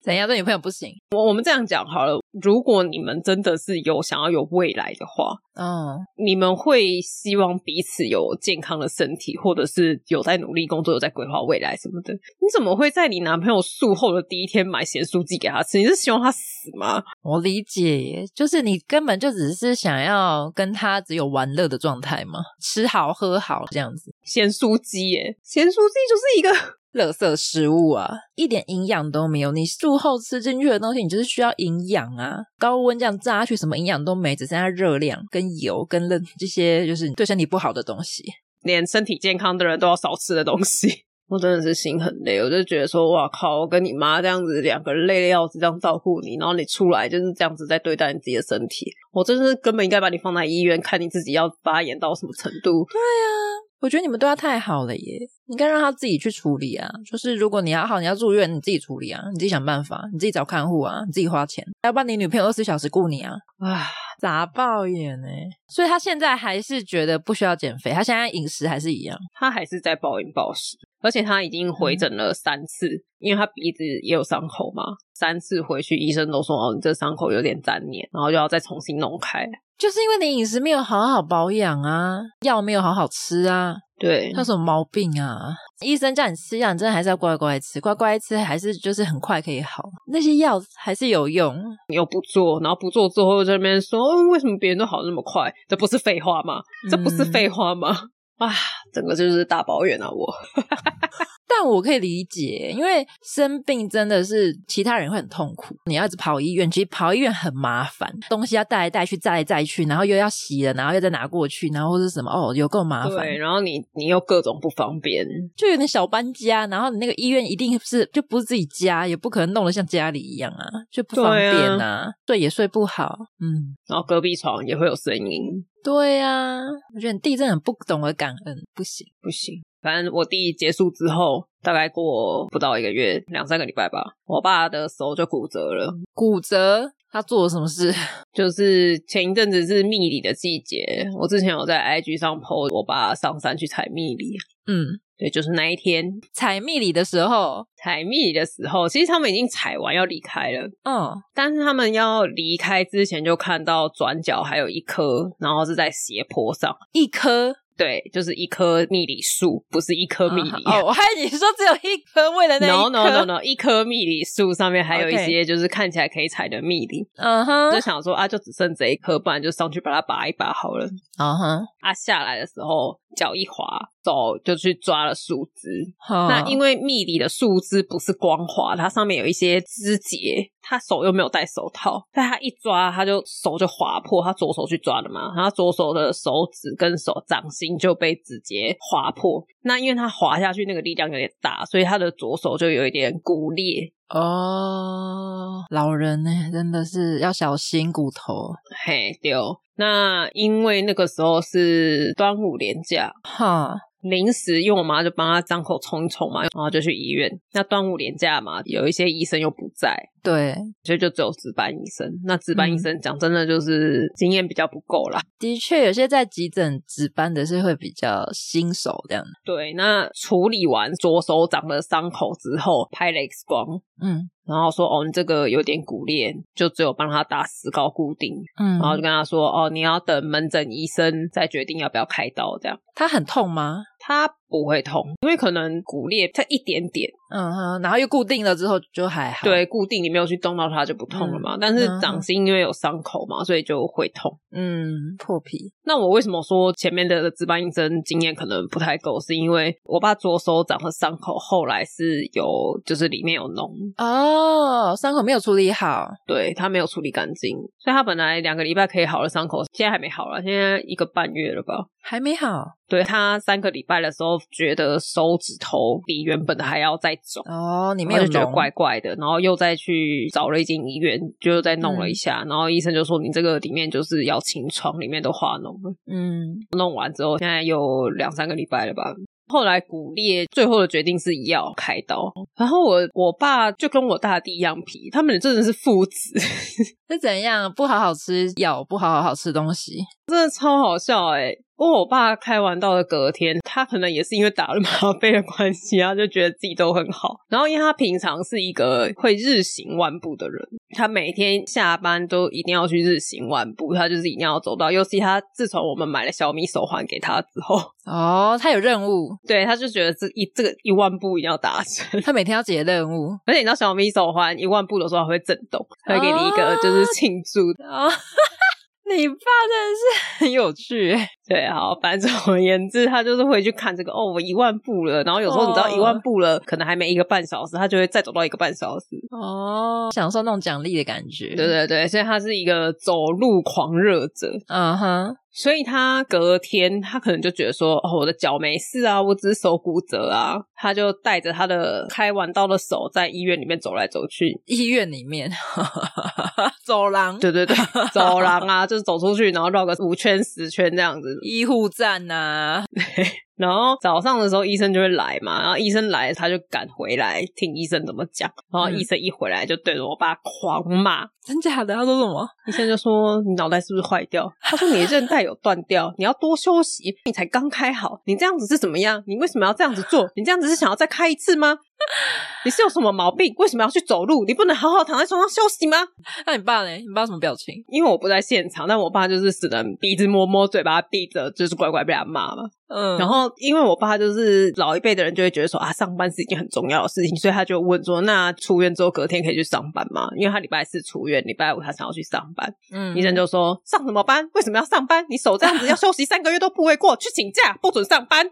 Speaker 2: 怎样？对女朋友不行
Speaker 1: 我我们这样讲好了，如果你们真的是有想要有未来的话，
Speaker 2: 哦，
Speaker 1: 你们会希望彼此有健康的身体，或者是有在努力工作、有在规划未来什么的。你怎么会在你男朋友术后的第一天买咸酥鸡给他吃？你是希望他死吗？
Speaker 2: 我理解耶，就是你根本就只是想要跟他只有玩乐的状态嘛，吃好喝好这样子，
Speaker 1: 咸酥鸡耶，咸酥鸡就是一个
Speaker 2: 垃圾食物啊，一点营养都没有。你术后吃进去的东西，你就是需要营养啊，高温这样炸下去，什么营养都没，只剩下热量跟油跟热这些就是对身体不好的东西。
Speaker 1: 连身体健康的人都要少吃的东西。我真的是心很累，我就觉得说，哇靠！我跟你妈这样子，两个人累得要死，这样照顾你，然后你出来就是这样子在对待你自己的身体，我真是根本应该把你放在医院，看你自己要发炎到什么程度。
Speaker 2: 对啊，我觉得你们对他太好了耶，你应该让他自己去处理啊。就是如果你要好，你要住院，你自己处理啊，你自己想办法，你自己找看护啊，你自己花钱，要不然你女朋友二十四小时顾你啊。 啊，砸爆眼哎！所以他现在还是觉得不需要减肥，他现在饮食还是一样。
Speaker 1: 他还是在暴饮暴食，而且他已经回
Speaker 2: 嗯
Speaker 1: 诊了三次，因为他鼻子也有伤口嘛，三次回去医生都说哦，你这伤口有点粘黏，然后就要再重新弄开。
Speaker 2: 就是因为你饮食没有好好保养啊，药没有好好吃啊，
Speaker 1: 对
Speaker 2: 他有什么毛病啊？医生叫你吃药，你真的还是要乖乖吃，乖乖吃还是就是很快可以好。那些药还是有用，
Speaker 1: 又不做，然后不做之后在那边说，哦，为什么别人都好那么快？这不是废话吗？这不是
Speaker 2: 嗯
Speaker 1: 废话吗？ 啊，整个就是大抱怨啊！我
Speaker 2: 但我可以理解，因为生病真的是其他人会很痛苦，你要一直跑医院，其实跑医院很麻烦，东西要带来带去，带来带去，然后又要洗了，然后又再拿过去，然后或是什么哦，有够麻烦
Speaker 1: 对，，然后你你又各种不方便，
Speaker 2: 就有点小搬家。然后你那个医院一定是就不是自己家，也不可能弄得像家里一样啊，就不方便
Speaker 1: 对
Speaker 2: 啊，睡也睡不好，嗯。
Speaker 1: 然后隔壁床也会有声音，
Speaker 2: 对呀、我觉得你弟真的很不懂得感恩，不行。
Speaker 1: 不行。反正我弟结束之后，大概过不到一个月，两三个礼拜吧，我爸的手就骨折了。
Speaker 2: 骨折，他做了什么事？
Speaker 1: 就是前一阵子是蜜梨的季节，我之前有在 IG 上 po 我爸上山去采蜜梨，
Speaker 2: 嗯，
Speaker 1: 对，就是那一天
Speaker 2: 采蜜梨的时候，
Speaker 1: 采蜜梨的时候，其实他们已经采完要离开了，
Speaker 2: 嗯，
Speaker 1: 但是他们要离开之前就看到转角还有一棵，然后是在斜坡上，
Speaker 2: 一颗
Speaker 1: 对，就是一棵蜜梨树，不是一棵蜜梨。
Speaker 2: 哦，我还以为你说只有一颗，为了那一
Speaker 1: no
Speaker 2: 颗
Speaker 1: no no no，一棵蜜梨树上面还有一
Speaker 2: OK
Speaker 1: 些就是看起来可以采的蜜梨，
Speaker 2: 嗯
Speaker 1: 我
Speaker 2: 哼
Speaker 1: 就，想说啊，就只剩这一棵，不然就上去把它拔一拔好了。
Speaker 2: 嗯哼，
Speaker 1: 啊，下来的时候脚一滑，手就去抓了树枝。那因
Speaker 2: 为
Speaker 1: 为蜜梨的树枝不是光滑，它上面有一些枝节，他手又没有戴手套，但他一抓，他就手就划破，他左手去抓的嘛，然后左手的手指跟手掌心就被直接划破。那因为他滑下去那个力量有点大，所以他的左手就有一点骨裂。
Speaker 2: 哦，老人呢、真的是要小心骨头，
Speaker 1: 嘿，对哦。那因为那个时候是端午连假，
Speaker 2: 哈，
Speaker 1: 临时，因为我妈就帮她伤口冲一冲嘛，然后就去医院。那端午连假嘛，有一些医生又不在，
Speaker 2: 对，
Speaker 1: 所以就只有值班医生。那值班
Speaker 2: 嗯
Speaker 1: 医生讲真的就是经验比较不够啦。
Speaker 2: 的确有些在急诊值班的是会比较新手这样，
Speaker 1: 对，那处理完左手掌的伤口之后，拍了 X 光，
Speaker 2: 嗯
Speaker 1: 然后说哦，你这个有点骨裂，就只有帮他打石膏固定，
Speaker 2: 嗯，
Speaker 1: 然后就跟他说哦，你要等门诊医生再决定要不要开刀这样。
Speaker 2: 他很痛吗？
Speaker 1: 他不会痛，因为可能骨裂才一点点，
Speaker 2: 嗯哼，然后又固定了之后就还好，
Speaker 1: 对，固定你没有去动到它就不痛了嘛。但是掌心因为有伤口嘛，所以就会痛。
Speaker 2: 嗯，破皮，
Speaker 1: 那我为什么说前面的值班医生经验可能不太够？是因为我爸左手掌的伤口后来是有，就是里面有脓，
Speaker 2: 哦，伤口没有处理好，
Speaker 1: 对他没有处理干净，所以他本来两个礼拜可以好的伤口，现在还没好了，现在一个半月了吧。
Speaker 2: 还没好
Speaker 1: 对他三个礼拜的时候，觉得手指头比原本的还要再肿，
Speaker 2: 哦，里
Speaker 1: 里
Speaker 2: 面有
Speaker 1: 就觉得
Speaker 2: 脓
Speaker 1: 怪怪的，然后又再去找了一间医院，就又再弄
Speaker 2: 嗯
Speaker 1: 了一下，然后医生就说你这个里面就是要清创，里面都化脓了。
Speaker 2: 嗯，
Speaker 1: 弄完之后，现在有两三个礼拜了吧。后来骨裂，最后的决定是要开刀。然后我我爸就跟我大弟一样皮，他们真的是父子，
Speaker 2: 是怎样？不好好吃药，不好好好吃东西，
Speaker 1: 真的超好笑哎、不过我爸开完刀的隔天，他可能也是因为打了吗啡的关系，他就觉得自己都很好。然后因为他平常是一个会日行万步的人，他每天下班都一定要去日行万步，他就是一定要走到。尤其他自从我们买了小米手环给他之后，
Speaker 2: 哦，他有任务，
Speaker 1: 对他就觉得这一这个一万步一定要达成。
Speaker 2: 他每天要解任务
Speaker 1: 而且你知道小米手环一万步的时候，它会震动，它会给你一
Speaker 2: 啊
Speaker 1: 个就是庆祝
Speaker 2: 哦。 你爸真的是很有趣耶，
Speaker 1: 对，好，反正总而言之，他就是会去看这个哦，我一万步了，然后有时候你知道
Speaker 2: 哦
Speaker 1: 一万步了，可能还没一个半小时，他就会再走到一个半小时。
Speaker 2: 哦，享受那种奖励的感觉，
Speaker 1: 对，对对，所以他是一个走路狂热者，
Speaker 2: 嗯哼，
Speaker 1: 所以他隔天他可能就觉得说，哦，我的脚没事啊，我只是手骨折啊，他就带着他的开完刀的手在医院里面走来走去。
Speaker 2: 医院里面 走 廊、
Speaker 1: 对对对，走廊啊，就是走出去，然后绕个五圈十圈这样子。
Speaker 2: 医护站呐、
Speaker 1: 然后早上的时候医生就会来嘛，然后医生来他就赶回来听医生怎么讲，然后医生一回来就对着我爸狂骂，
Speaker 2: 真假的？他说什么？
Speaker 1: 医生就说你脑袋是不是坏掉？他说你的韧带有断掉，你要多休息，你才刚开好，你这样子是怎么样？你为什么要这样子做？你这样子是想要再开一次吗？你是有什么毛病？为什么要去走路？你不能好好躺在床上休息吗？
Speaker 2: 那你爸呢？你爸什么表情？
Speaker 1: 因为我不在现场，但我爸就是只能鼻子摸摸，嘴巴闭着，就是乖乖被他骂嘛。
Speaker 2: 嗯，
Speaker 1: 然
Speaker 2: 后
Speaker 1: 后，因为我爸就是老一辈的人，就会觉得说啊，上班是一件很重要的事情，所以他就问说，那出院之后隔天可以去上班吗？因为他礼拜四出院，礼拜五他想要去上班。
Speaker 2: 嗯
Speaker 1: 医生就说上什么班？为什么要上班？你手这样子要休息三个月都不为过，去请假，不准上班，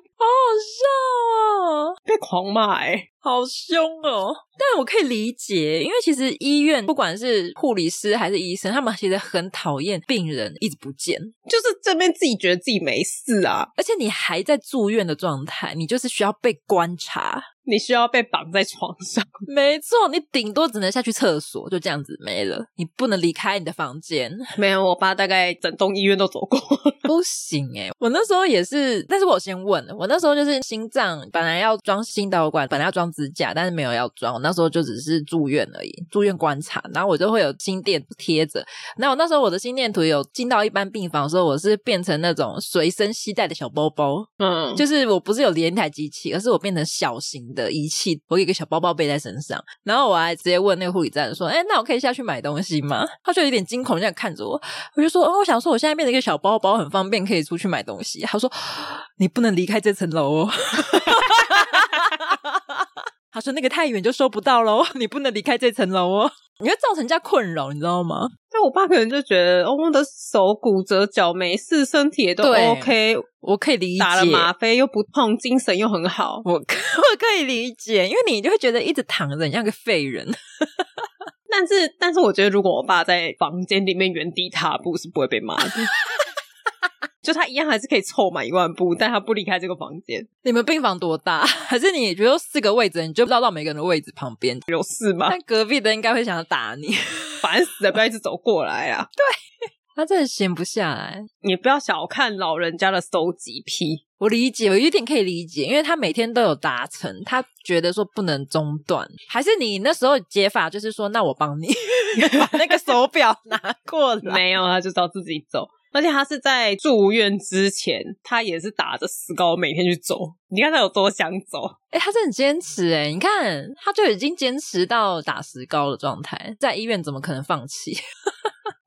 Speaker 2: 好笑哦。
Speaker 1: 被狂骂哎、
Speaker 2: 好凶哦！但我可以理解，因为其实医院不管是护理师还是医生，他们其实很讨厌病人一直不见，
Speaker 1: 就是这边自己觉得自己没事啊，
Speaker 2: 而且你还在住院的状态，你就是需要被观察。
Speaker 1: 你需要被绑在床上。
Speaker 2: 没错，你顶多只能下去厕所，就这样子没了，你不能离开你的房间。
Speaker 1: 没有，我爸大概整栋医院都走过。
Speaker 2: 不行哎、 我那时候也是，但是我先问了，我那时候就是心脏本来要装心导管，本来要装支架，但是没有要装，我那时候就只是住院而已，住院观察，然后我就会有心电贴着，那我那时候我的心电图有进到一般病房的时候，我是变成那种随身携带的小包包，
Speaker 1: 嗯，就
Speaker 2: 就是我不是有连一台机器，而是我变成小型的仪器，我有一个小包包背在身上，然后我还直接问那个护理站说：“哎、那我可以下去买东西吗？”他就有点惊恐这样看着我，我就说：“哦，我想说我现在变成一个小包包，很方便，可以出去买东西。”他说：“你不能离开这层楼哦。”他说：“那个太远就收不到喽，你不能离开这层楼哦，你会造成人家困扰，你知道吗？”
Speaker 1: 但我爸可能就觉得，哦，我的手骨折、脚没事，身体也都
Speaker 2: 对
Speaker 1: OK，
Speaker 2: 我可以理解，
Speaker 1: 打了吗啡又不痛，精神又很好。
Speaker 2: 我可 我可以理解，因为你就会觉得一直躺着，你像个废人。
Speaker 1: 但是，但是我觉得，如果我爸在房间里面原地踏步，是不会被骂的。 就他一样还是可以凑满一万步，但他不离开这个房间，
Speaker 2: 你们病房多大？ 还是你觉得四个位置，你就绕到每个人的位置旁边？
Speaker 1: 有事吗？
Speaker 2: 但隔壁的应该会想要打你，
Speaker 1: 烦死了！不要一直走过来啊！
Speaker 2: 他真的闲不下来。
Speaker 1: 你不要小看老人家的收集癖，
Speaker 2: 我理解，我有一点可以理解，因为他每天都有达成，他觉得说不能中断。还是你那时候解法就是说，那我帮你把那个手表拿 过来。
Speaker 1: 没有他就知道自己走。而且他是在住院之前，他也是打着石膏每天去走。你看他有多想走？
Speaker 2: 哎、他真的很坚持哎，你看他就已经坚持到打石膏的状态，在医院怎么可能放弃？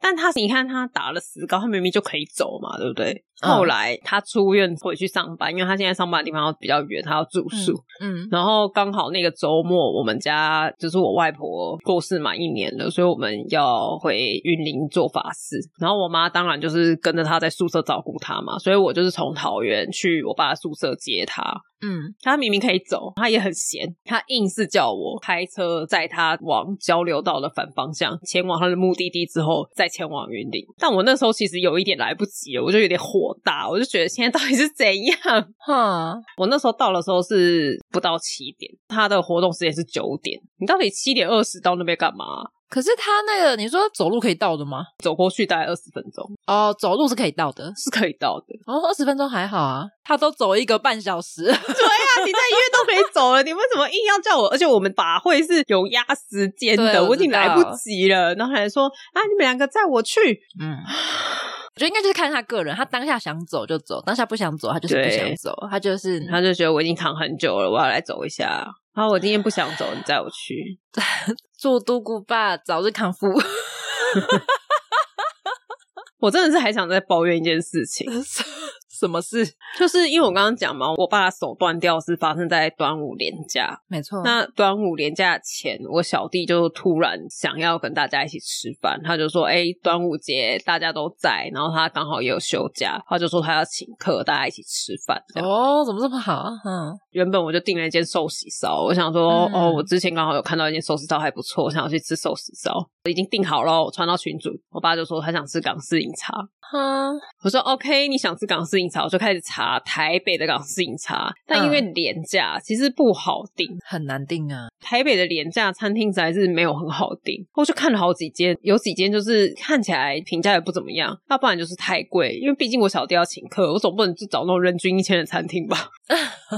Speaker 1: 但他你看他打了石膏，他明明就可以走嘛，对不对？
Speaker 2: 嗯
Speaker 1: 后来他出院回去上班，因为他现在上班的地方要比较远，他要住宿。
Speaker 2: 嗯
Speaker 1: 然后刚好那个周末，我们家就是我外婆过世满一年了，所以我们要回云林做法事。然后我妈当然就是跟着她在宿舍照顾她嘛，所以我就是从桃园去我爸的宿舍接她。
Speaker 2: 嗯，
Speaker 1: 她明明可以走，她也很闲，她硬是叫我开车载她往交流道的反方向前往她的目的地之后，再前往云林。但我那时候其实有一点来不及了，我就有点火大，我就觉得现在到底是怎样？
Speaker 2: 哈，
Speaker 1: 我那时候到的时候是不到七点，他的活动时间是九点。你到底七点二十到那边干嘛、
Speaker 2: 可是他那个，你说走路可以到的吗？
Speaker 1: 走过去大概二十分钟
Speaker 2: 哦，走路是可以到的。
Speaker 1: 是可以到的。
Speaker 2: 哦，二十分钟还好啊，他都走一个半小时。
Speaker 1: 对啊，你在医院都可以走了，你为什么硬要叫我？而且我们法会是有压时间
Speaker 2: 对
Speaker 1: 的，
Speaker 2: 我
Speaker 1: 我已
Speaker 2: 知道
Speaker 1: 经来不及了。然后还说啊，你们两个载我去。
Speaker 2: 嗯，我觉得应该就是看他个人，他当下想走就走，当下不想走他就是不
Speaker 1: 对
Speaker 2: 想走，他就是
Speaker 1: 他就觉得我已经躺很久了，我要来走一下。然后我今天不想走，你载我去。
Speaker 2: 祝都姑爸早日康复。
Speaker 1: 我真的是还想再抱怨一件事情，
Speaker 2: 什么事？
Speaker 1: 就是因为我刚刚讲嘛，我爸手断掉是发生在端午连假，
Speaker 2: 没错，
Speaker 1: 那端午连假前，我小弟就突然想要跟大家一起吃饭，他就说：“哎、端午节大家都在，然后他刚好也有休假，他就说他要请客，大家一起吃饭。”这样
Speaker 2: 哦，怎么这么好啊？嗯，
Speaker 1: 原本我就订了一间寿喜烧，我想说：“
Speaker 2: 嗯
Speaker 1: 哦，我之前刚好有看到一间寿喜烧还不错，我想要去吃寿喜烧，我已经订好了，我传到群主。”我爸就说他想吃港式饮茶，
Speaker 2: 哈，
Speaker 1: 我说 OK，你想吃港式饮饮茶，我就开始查台北的港式饮茶。但
Speaker 2: 嗯
Speaker 1: 因为廉价，其实不好订。
Speaker 2: 很难定啊。
Speaker 1: 台北的廉价餐厅实在是没有很好订，我就看了好几间，有几间就是看起来评价也不怎么样，要不然就是太贵。因为毕竟我小弟要请客，我总不能就找那种人均一千的餐厅吧。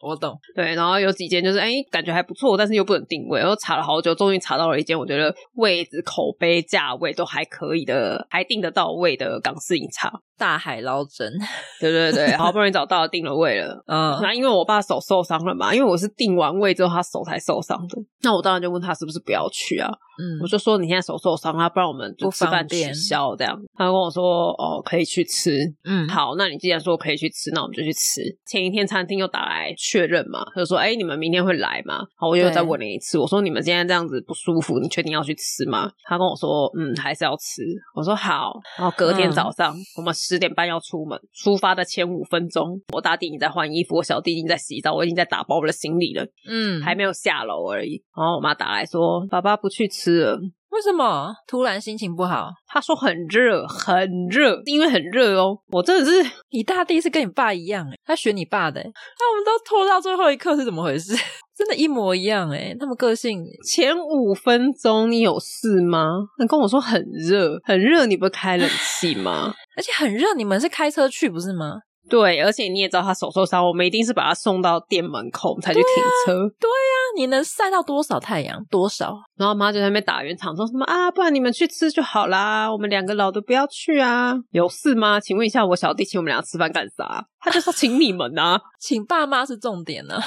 Speaker 2: 我懂，
Speaker 1: 对，然后有几间就是哎、感觉还不错，但是又不能定位。然后查了好久，终于查到了一间我觉得位置、口碑、价位都还可以的，还订得到位的港式饮茶。
Speaker 2: 大海捞针。
Speaker 1: 对对对，好不容易找到了定了位了。
Speaker 2: 嗯，
Speaker 1: 那因为我爸手受伤了嘛，因为我是定完位之后他手才受伤的，那我当然就问他是不是不要去啊？
Speaker 2: 嗯
Speaker 1: 我就说你现在手受伤啊，不然我们就
Speaker 2: 不
Speaker 1: 吃
Speaker 2: 方
Speaker 1: 饭取
Speaker 2: 便
Speaker 1: 消这样。他跟我说哦，可以去吃，
Speaker 2: 嗯，
Speaker 1: 好，那你既然说可以去吃，那我们就去吃。前一天餐厅又打来确认嘛，他就说：“哎、你们明天会来吗？”好，我又
Speaker 2: 对
Speaker 1: 再问了一次，我说：“你们今天这样子不舒服，你确定要去吃吗？”他跟我说：“嗯，还是要吃。”我说：“好。”然后隔天
Speaker 2: 嗯
Speaker 1: 早上，我们十点半要出门，出发的前五分钟，我大弟已经在换衣服，我小弟已经在洗澡，我已经在打包我的行李了，
Speaker 2: 嗯，
Speaker 1: 还没有下楼而已。然后我妈打来说：“爸爸不去吃了。”
Speaker 2: 为什么突然心情不好？
Speaker 1: 他说很热，很热，因为很热哦。我真的是
Speaker 2: 你大弟是跟你爸一样、欸，他学你爸的、欸，那我们都拖到最后一刻是怎么回事？ 真的，一模一样哎、他们个性
Speaker 1: 前五分钟你有事吗？你跟我说很热，很热，你不是开冷气吗？
Speaker 2: 而且很热，你们是开车去不是吗？
Speaker 1: 对，而且你也知道他手受伤，我们一定是把他送到店门口我们才去停车。
Speaker 2: 那你能晒到多少太阳？多少？
Speaker 1: 然后我妈就在那边打圆场，说什么啊，不然你们去吃就好啦，我们两个老的不要去啊，有事吗？请问一下，我小弟请我们俩吃饭干啥？他就说请你们啊，
Speaker 2: 请爸妈是重点呢、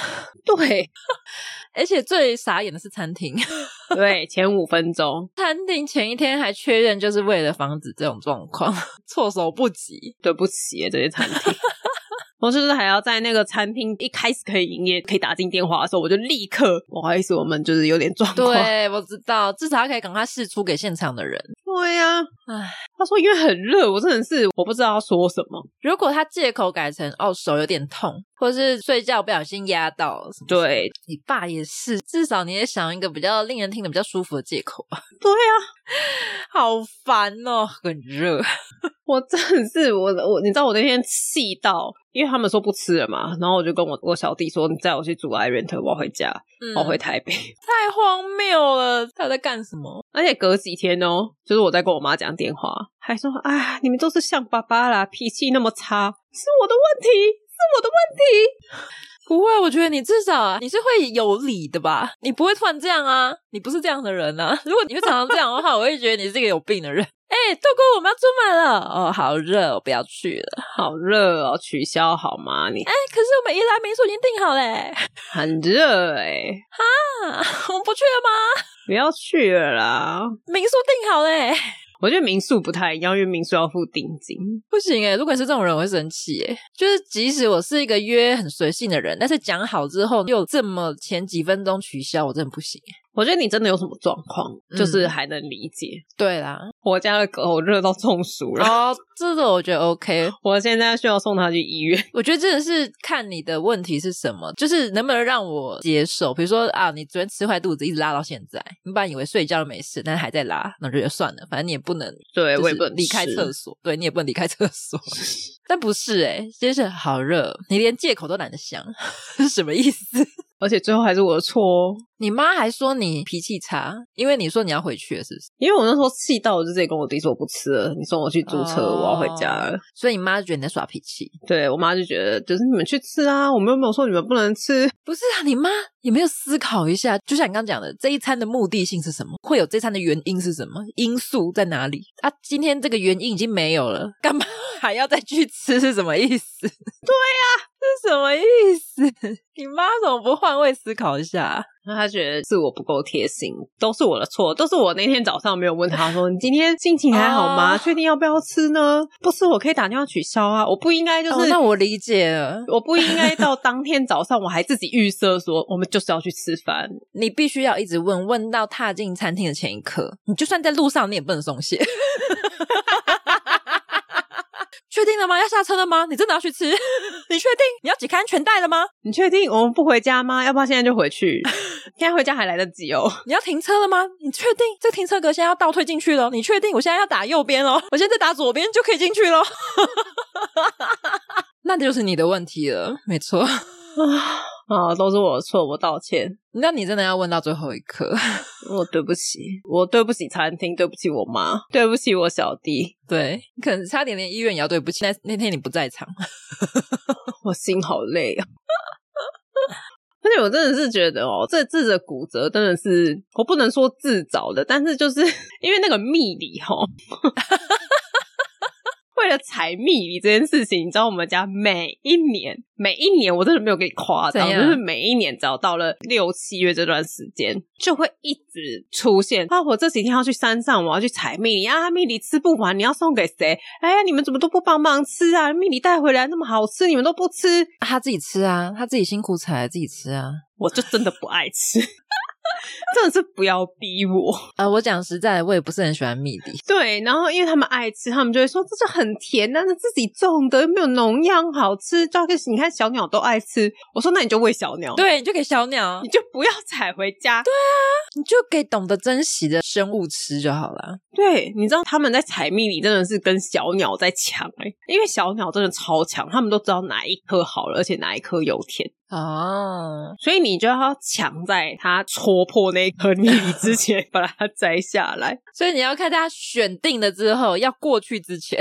Speaker 1: 对
Speaker 2: 而且最傻眼的是餐厅，
Speaker 1: 对，前五分钟，
Speaker 2: 餐厅前一天还确认，就是为了防止这种状况， 措手不及。
Speaker 1: 对不起这些餐厅。 我就是还要在那个餐厅一开始可以营业、可以打进电话的时候，我就立刻不好意思，我们就是有点状况。
Speaker 2: 对，我知道，至少可以赶快试出给现场的人。
Speaker 1: 对呀、
Speaker 2: 唉
Speaker 1: 他说因为很热，我真的是我不知道他说什么。
Speaker 2: 如果他借口改成哦手有点痛，或是睡觉不小心压到什么，
Speaker 1: 对
Speaker 2: 你爸也是，至少你也想一个比较令人听得比较舒服的借口吧。
Speaker 1: 对啊呀、
Speaker 2: 好烦哦，很热。
Speaker 1: 我真的是我我你知道我那天气到，因为他们说不吃了嘛，然后我就跟我我小弟说，你载我去住 i r e n t 我要回家，
Speaker 2: 嗯
Speaker 1: 我要回台北。
Speaker 2: 太荒谬了，他在干什么？
Speaker 1: 而且隔几天哦，就是我在跟我妈讲电话，还说啊，你们都是像爸爸啦，脾气那么差，是我的问题，是我的问题。
Speaker 2: 不会，我觉得你至少啊你是会有理的吧？你不会突然这样啊？你不是这样的人啊！如果你会常常这样的话，我会觉得你是一个有病的人。 哎、豆哥，我们要出门了哦，好热，我不要去了。
Speaker 1: 好热哦，取消好吗？你
Speaker 2: 哎、可是我们宜兰民宿已经订好嘞，
Speaker 1: 很热哎、
Speaker 2: 啊， 我们不去了吗？
Speaker 1: 不要去了啦。
Speaker 2: 民宿订好嘞，
Speaker 1: 我觉得民宿不太一样，因为民宿要付定金。
Speaker 2: 不行哎、如果你是这种人，我会生气哎、就是即使我是一个约很随性的人，但是讲好之后又这么前几分钟取消，我真的不行、欸。
Speaker 1: 我觉得你真的有什么状况，
Speaker 2: 嗯
Speaker 1: 就是还能理解。
Speaker 2: 对啦，
Speaker 1: 我家的狗热到中暑了，
Speaker 2: 哦，这个我觉得 OK，
Speaker 1: 我现在需要送它去医院。
Speaker 2: 我觉得真的是看你的问题是什么，就是能不能让我接受。比如说啊，你昨天吃坏肚子，一直拉到现在，你本来以为睡觉都没事，但是还在拉，那我就觉得算了，反正你也不能，
Speaker 1: 对，
Speaker 2: 就
Speaker 1: 哎我也
Speaker 2: 是
Speaker 1: 不能
Speaker 2: 离开
Speaker 1: 吃
Speaker 2: 厕所，对你也不能离开厕 所。但不是哎、就是好热，你连借口都懒得想， 是什么意思？
Speaker 1: 而且最后还是我的错哦。
Speaker 2: 你妈还说你脾气差，因为你说你要回去了，是不是？
Speaker 1: 因为我那时候气到，我就直接跟我弟说我不吃了，你送我去租车，
Speaker 2: 哦
Speaker 1: 我要回家了。
Speaker 2: 所以你妈觉得你在耍脾气。
Speaker 1: 对我妈就觉得，就是你们去吃啊，我们又没有说你们不能吃。
Speaker 2: 不是啊，你妈有没有思考一下？就像你刚刚讲的，这一餐的目的性是什么？会有这餐的原因是什么？因素在哪里？啊，今天这个原因已经没有了，干嘛 还要再去吃？是什么意思？对 啊呀、是什么意思？ 你妈怎么不换位思考一下啊？
Speaker 1: 那她觉得是我不够贴心，都是我的错，都是我那天早上没有问她说你今天心情还好吗？
Speaker 2: 哦
Speaker 1: 确定要不要吃呢？不吃我可以打电话取消啊，我不应该就是、
Speaker 2: 哦那我理解了，
Speaker 1: 我不应该到当天早上我还自己预设说我们就是要去吃饭，
Speaker 2: 你必须要一直问，问到踏进餐厅的前一刻。你就算在路上，你也不能松懈。 确定了吗？要下车了吗？你真的要去吃？ 你确定？你要解开安全带了吗？
Speaker 1: 你确定我们不回家吗？要不要现在就回 去？现在回家还来得及哦。
Speaker 2: 你要停车了吗？你确定这停车格现在要倒退进去了？哦 你确定我现在要打右边喽？我现在打左边就可以进去喽？ 那就是你的问题了，没错。
Speaker 1: 啊，都是我的错，我道歉，
Speaker 2: 那你真的要问到最后一刻，
Speaker 1: 我哦对不起，我对不起餐厅，对不起我妈，对不起我小弟，
Speaker 2: 对，可能差点连医院也要对不起。那那天你不在场，
Speaker 1: 我心好累啊。而且我真的是觉得哦，这次的骨折真的是我不能说自找的，但是就是 因为那个蜜梨哦， 为了采蜜梨这件事情，你知道我们家每一年，每一年我真的没有给你夸张，
Speaker 2: 怎
Speaker 1: 就
Speaker 2: 样
Speaker 1: 是每一年只要到了六七月这段时间，就会一直出现啊，我这几天要去山上，我要去采蜜梨啊，蜜梨吃不完，你要送给谁？哎呀，你们怎么都不帮忙吃啊？蜜梨带回来那么好吃，你们都不吃，
Speaker 2: 他自己吃啊，他自己辛苦采，自己吃啊。
Speaker 1: 我就真的不爱吃， 真的是不要逼我。
Speaker 2: 呃，我讲实在的，我也不是很喜欢蜜梨，
Speaker 1: 对，然后因为他们爱吃，他们就会说这是很甜，但是自己种的又没有农药，好吃。就要跟你看小鸟都爱吃，我说那你就喂小鸟，，
Speaker 2: 对，你就给小鸟啊
Speaker 1: 你，就不要采回家。对
Speaker 2: 你就给懂得珍惜的生物吃就好了。
Speaker 1: 对，你知道他们在采蜜里真的是跟小鸟在抢哎、因为小鸟真的超强，他们都知道哪一颗好了，而且哪一颗有甜。
Speaker 2: 哦，
Speaker 1: 所以你就要抢在它戳破那一颗蜜梨之前 把它摘下来。
Speaker 2: 所以你要看他选定了之后，要过去之前，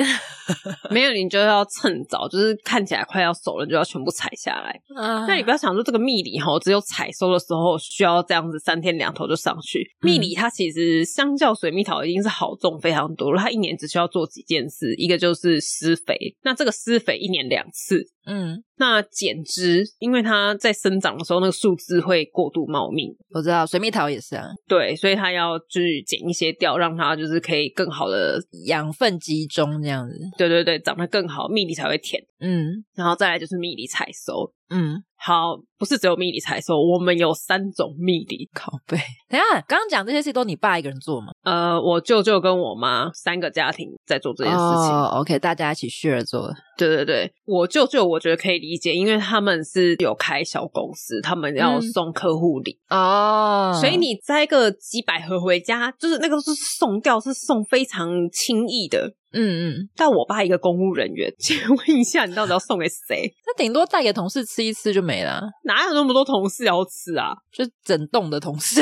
Speaker 1: 没有，你就要趁早，就是看起来快要熟了，你就要全部采下来。
Speaker 2: 啊
Speaker 1: 那你不要想说这个蜜梨哈，只有采收的时候需要这样子三天两头就上去。蜜梨它其实相较水蜜桃已经是好种非常多了，它一年只需要做几件事，一个就是施肥，那这个施肥一年两次。
Speaker 2: 嗯，
Speaker 1: 那剪枝，因为它在生长的时候，那个树枝会过度茂密，
Speaker 2: 我知道水蜜桃也是啊，
Speaker 1: 对，所以它要去剪一些掉，让它就是可以更好的，
Speaker 2: 养分集中这样子。
Speaker 1: 对对对，长得更好，蜜梨才会甜。
Speaker 2: 嗯
Speaker 1: 然后再来就是蜜梨采收，
Speaker 2: 嗯，
Speaker 1: 好，不是只有蜜梨采收，我们有三种蜜梨。
Speaker 2: 靠背。等一下，刚刚讲这些事情都你爸一个人做吗？
Speaker 1: 呃，我舅舅跟我妈三个家庭在做这件事情。
Speaker 2: 哦，OK，大家一起 share 做。
Speaker 1: 对对对，我舅舅我觉得可以理解，因为他们是有开小公司，他们要
Speaker 2: 嗯
Speaker 1: 送客户礼，
Speaker 2: 哦
Speaker 1: 所以你摘个几百盒回家，就是那个都是送掉，是送非常轻易的。
Speaker 2: 嗯嗯，
Speaker 1: 但我爸一个公务人员， 请问一下，你到底要送给谁？
Speaker 2: 那顶多带给同事吃一次就没了，啊
Speaker 1: 哪有那么多同事要吃啊？
Speaker 2: 就整栋的同事，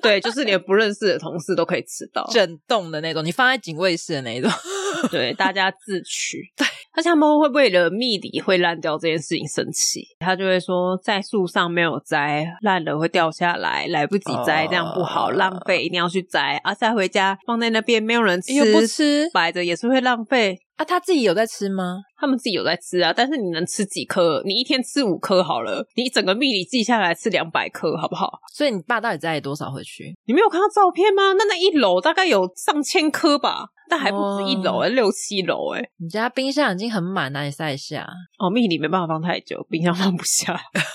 Speaker 1: 对，就是连不认识的同事都可以吃到。
Speaker 2: 整栋的那种，你放在警卫室的那一种。
Speaker 1: 对，大家自取。对， 而且他们会为了蜜梨会烂掉这件事情生气，他就会说在树上没有摘，烂了会掉下来，来不及摘，这样不好，
Speaker 2: 哦
Speaker 1: 浪费，一定要去摘啊！摘回家放在那边没有人吃，
Speaker 2: 又不吃
Speaker 1: 摆着也是会浪费。
Speaker 2: 啊，他自己有在吃吗？
Speaker 1: 他们自己有在吃啊，但是你能吃几颗？你一天吃五颗好了，你整个蜜梨记下来吃两百颗，好不好？
Speaker 2: 所以你爸到底摘了多少回去？
Speaker 1: 你没有看到照片吗？那那一篓大概有上千颗吧，但还不止一篓、
Speaker 2: 哦
Speaker 1: 欸，六七篓哎、欸
Speaker 2: 你家冰箱已经很满了，你塞一下
Speaker 1: 哦，蜜梨没办法放太久，冰箱放不下。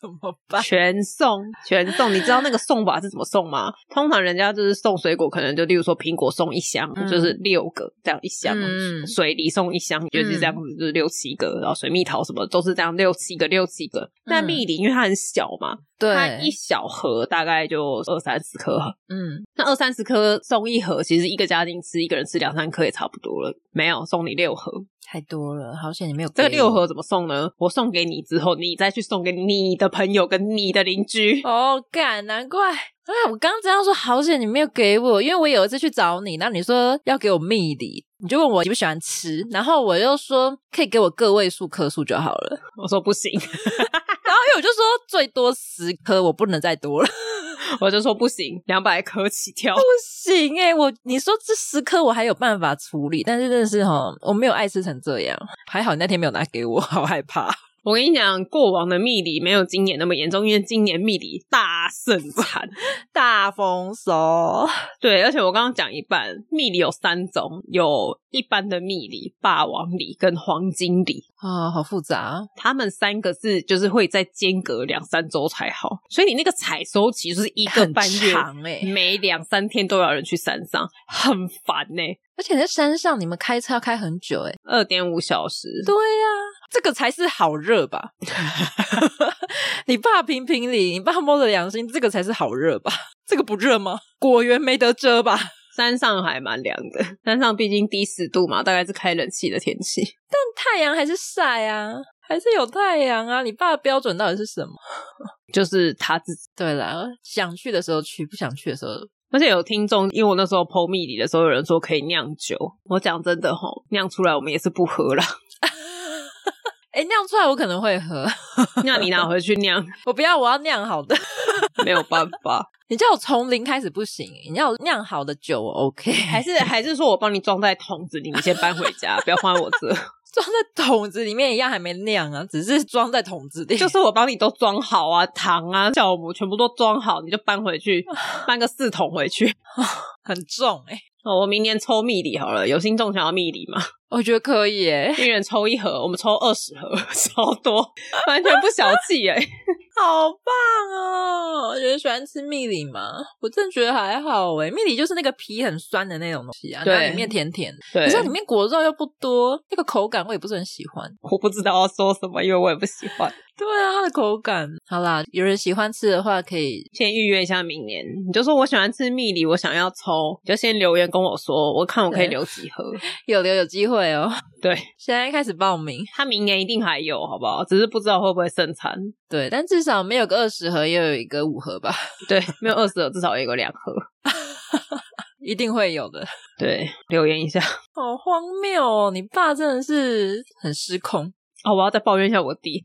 Speaker 2: 怎么 办？
Speaker 1: 全送，全送。你知道那个送法是怎么送吗？通常人家就是送水果，可能就例如说苹果送一箱，
Speaker 2: 嗯
Speaker 1: 就是六个这样一箱；
Speaker 2: 嗯
Speaker 1: 水梨送一箱，就是这样子，就是六七个。然后水蜜桃什么都是这样，六七个，六七个。那蜜梨因为它很小嘛，它
Speaker 2: 对
Speaker 1: 一，小盒大概就二三十颗。
Speaker 2: 嗯，
Speaker 1: 那二三十颗送一盒，其实一个家庭吃，一个人吃两三颗也差不多了。没有送你六盒，
Speaker 2: 太多了，好险你没有
Speaker 1: 这个
Speaker 2: 给
Speaker 1: 六
Speaker 2: 我
Speaker 1: 盒怎么送呢？我送给你之后，你再去送给你的朋友跟你的邻居。
Speaker 2: 哦，干，难怪。啊！我刚刚这样说，好险你没有给我，因为我有一次去找你，然后你说要给我蜜梨，你就问我喜不喜欢吃，然后我又说可以给我个位数颗数就好了，
Speaker 1: 我说不行，
Speaker 2: 然后因为我就说最多十颗，我不能再多了，
Speaker 1: 我就说不行，两百颗起跳
Speaker 2: 不。行诶、我你说这十颗我还有办法处理，但是真的是哈，我没有爱吃成这样，还好你那天没有拿给我， 好害怕。
Speaker 1: 我跟你讲，过往的蜜梨没有今年那么严重，因为今年蜜梨大盛产。
Speaker 2: 大丰收，啊
Speaker 1: 对，而且我刚刚讲一半，蜜梨有三种，有一般的蜜梨、霸王梨跟黄金梨。
Speaker 2: 啊、好复杂，
Speaker 1: 它们三个是就是会在间隔两三周才好，所以你那个采收期就是一个
Speaker 2: 很
Speaker 1: 半月，
Speaker 2: 长欸诶、
Speaker 1: 每两三天都要有人去山上，很烦欸呢、
Speaker 2: 而且在山上你们开车要开很久诶、
Speaker 1: 二点五小时，
Speaker 2: 对呀、这个才是好热吧？ 你爸评评理，你爸摸着良心，这个才是好热吧？这个不热吗？果园没得遮吧？
Speaker 1: 山上还蛮凉的，山上毕竟低十度嘛，大概是开冷气的天气。
Speaker 2: 太阳还是晒啊，还是有太阳啊。你爸的标准到底是什么？
Speaker 1: 就是他自己。
Speaker 2: 对啦，想去的时候去，不想去的时候
Speaker 1: 而且有听众，因为我那时候剖蜜里的时候，有人说可以酿酒。我讲真的吼，酿出来我们也是不喝啦。
Speaker 2: 哎、酿出来我可能会喝，
Speaker 1: 那你拿回去酿，
Speaker 2: 我不要，我要酿好的。
Speaker 1: 没有办法。
Speaker 2: 你叫我从零开始不行，你要酿好的酒我 OK，
Speaker 1: 还是 还是说我帮你装在桶子里，你先搬回家， 不要放在我这。
Speaker 2: 装在桶子里面一样还没酿啊，只是装在桶子里。
Speaker 1: 就是我帮你都装好啊，糖啊、酵母全部都装好，你就搬回去，搬个四桶回去。
Speaker 2: 很重哎、
Speaker 1: 哦，我明年抽蜜梨好了，有心中想要蜜梨嘛？
Speaker 2: 我觉得可以哎、
Speaker 1: 一人抽一盒，我们抽二十盒， 超多，完全不小气哎、
Speaker 2: 好棒哦！我觉得喜欢吃蜜梨吗？我真的觉得还好哎、蜜梨就是那个皮很酸的那种东西啊，
Speaker 1: 对
Speaker 2: 然后里面甜甜的，
Speaker 1: 对
Speaker 2: 可是它里面果肉又不多，那个口感我也不是很喜欢。
Speaker 1: 我不知道要说什么，因为我也不喜欢。
Speaker 2: 对啊，它的口感。好啦，有人喜欢吃的话可以。
Speaker 1: 先预约一下明年，你就说我喜欢吃蜜梨，我想要抽，你就先留言跟我说，我看我可以
Speaker 2: 对
Speaker 1: 留几盒。
Speaker 2: 有留有机会哦，
Speaker 1: 对
Speaker 2: 现在开始报名。
Speaker 1: 他明年一定还有，好不好？只是不知道会不会剩餐。
Speaker 2: 对，但至少没有个二十盒，也有一个五盒吧，
Speaker 1: 对，没有二十盒，至少也有两盒。
Speaker 2: 一定会有的。
Speaker 1: 对，留言一下。
Speaker 2: 好荒谬哦！你爸真的是很失控。
Speaker 1: 哦，我要再抱怨一下我弟，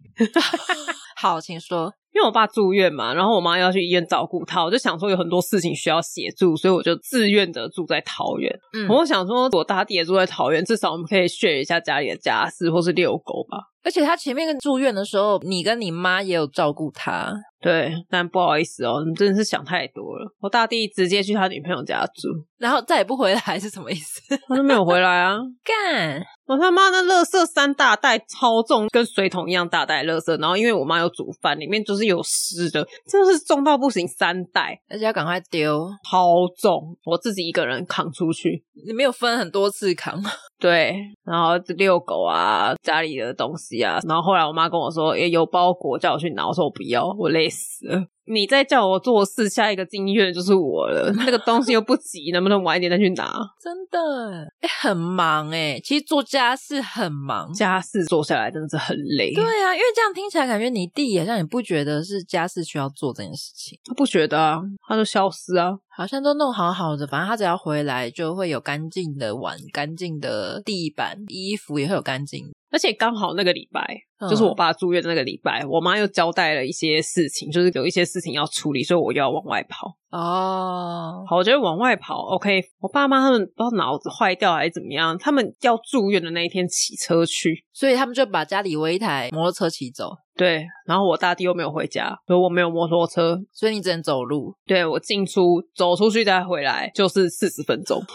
Speaker 2: 好，请说。
Speaker 1: 因为我爸住院嘛，然后我妈要去医院照顾他，我就想说有很多事情需要协助，所以我就自愿的住在桃园。
Speaker 2: 嗯
Speaker 1: 我想说，我大弟也住在桃园，至少我们可以 share 一下家里的家事或是遛狗吧。
Speaker 2: 而且他前面住院的时候，你跟你妈也有照顾他，
Speaker 1: 对，但不好意思哦，你真的是想太多了。我大弟直接去他女朋友家住，
Speaker 2: 然后再也不回来是什么意思？
Speaker 1: 他就没有回来啊。
Speaker 2: 干，
Speaker 1: 我他妈那垃圾三大袋超重，跟水桶一样大袋垃圾。然后因为我妈有煮饭，里面就是有湿的，真的是重到不行，三袋
Speaker 2: 而且要赶快丢。
Speaker 1: 超重，我自己一个人扛出去。
Speaker 2: 你没有分很多次扛，
Speaker 1: 对，然后遛狗啊，家里的东西啊，然后后来我妈跟我说，诶、有包裹叫我去拿，我说我不要，我累死了。你再叫我做事，下一个进医院的就是我了。那个东西又不急，能不能晚一点再去拿？
Speaker 2: 真的，哎、很忙哎、其实做家事很忙。
Speaker 1: 家事做下来真的是很累。
Speaker 2: 对啊，因为这样听起来感觉你弟好像也不觉得是家事需要做这件事情，
Speaker 1: 他不觉得啊，他就消失啊。
Speaker 2: 好像都弄好好的。反正他只要回来，就会有干净的碗、干净的地板、衣服也会有干净的。
Speaker 1: 而且刚好那个礼拜，
Speaker 2: 嗯
Speaker 1: 就是我爸住院的那个礼拜，我妈又交代了一些事情，就是有一些事情要处理，所以我又要往外跑。
Speaker 2: 嗯哦，
Speaker 1: 好，我觉得往外跑，OK。我爸妈他们不知道脑子坏掉还是怎么样，他们要住院的那一天骑车去。
Speaker 2: 所以他们就把家里唯一台摩托车骑走，
Speaker 1: 对，然后我大弟又没有回家，所以我没有摩托车。
Speaker 2: 所以你只能走路，
Speaker 1: 对我进出走出去再回来就是四十分钟。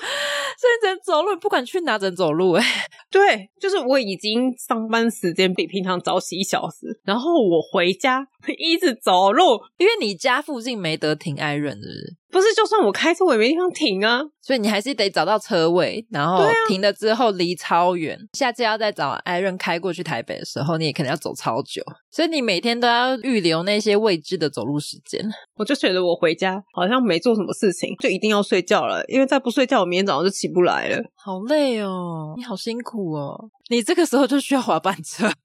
Speaker 2: 所以你只能走路，不管去哪只能走路、哎，
Speaker 1: 对，就是我已经上班时间比平常早起一小时，然后我回家一直走路，
Speaker 2: 因为你家附近没得停艾润，是不是？
Speaker 1: 不是就算我开车我也没地方停啊。
Speaker 2: 所以你还是得找到车位，然后
Speaker 1: 对啊
Speaker 2: 停了之后离超远。下次要再找艾润开过去台北的时候，你也可能要走超久，所以你每天都要预留那些未知的走路时间。
Speaker 1: 我就觉得我回家好像没做什么事情，就一定要睡觉了，因为再不睡觉，我明天早上就起不来了。
Speaker 2: 好累哦，你好辛苦哦，你这个时候就需要滑板车。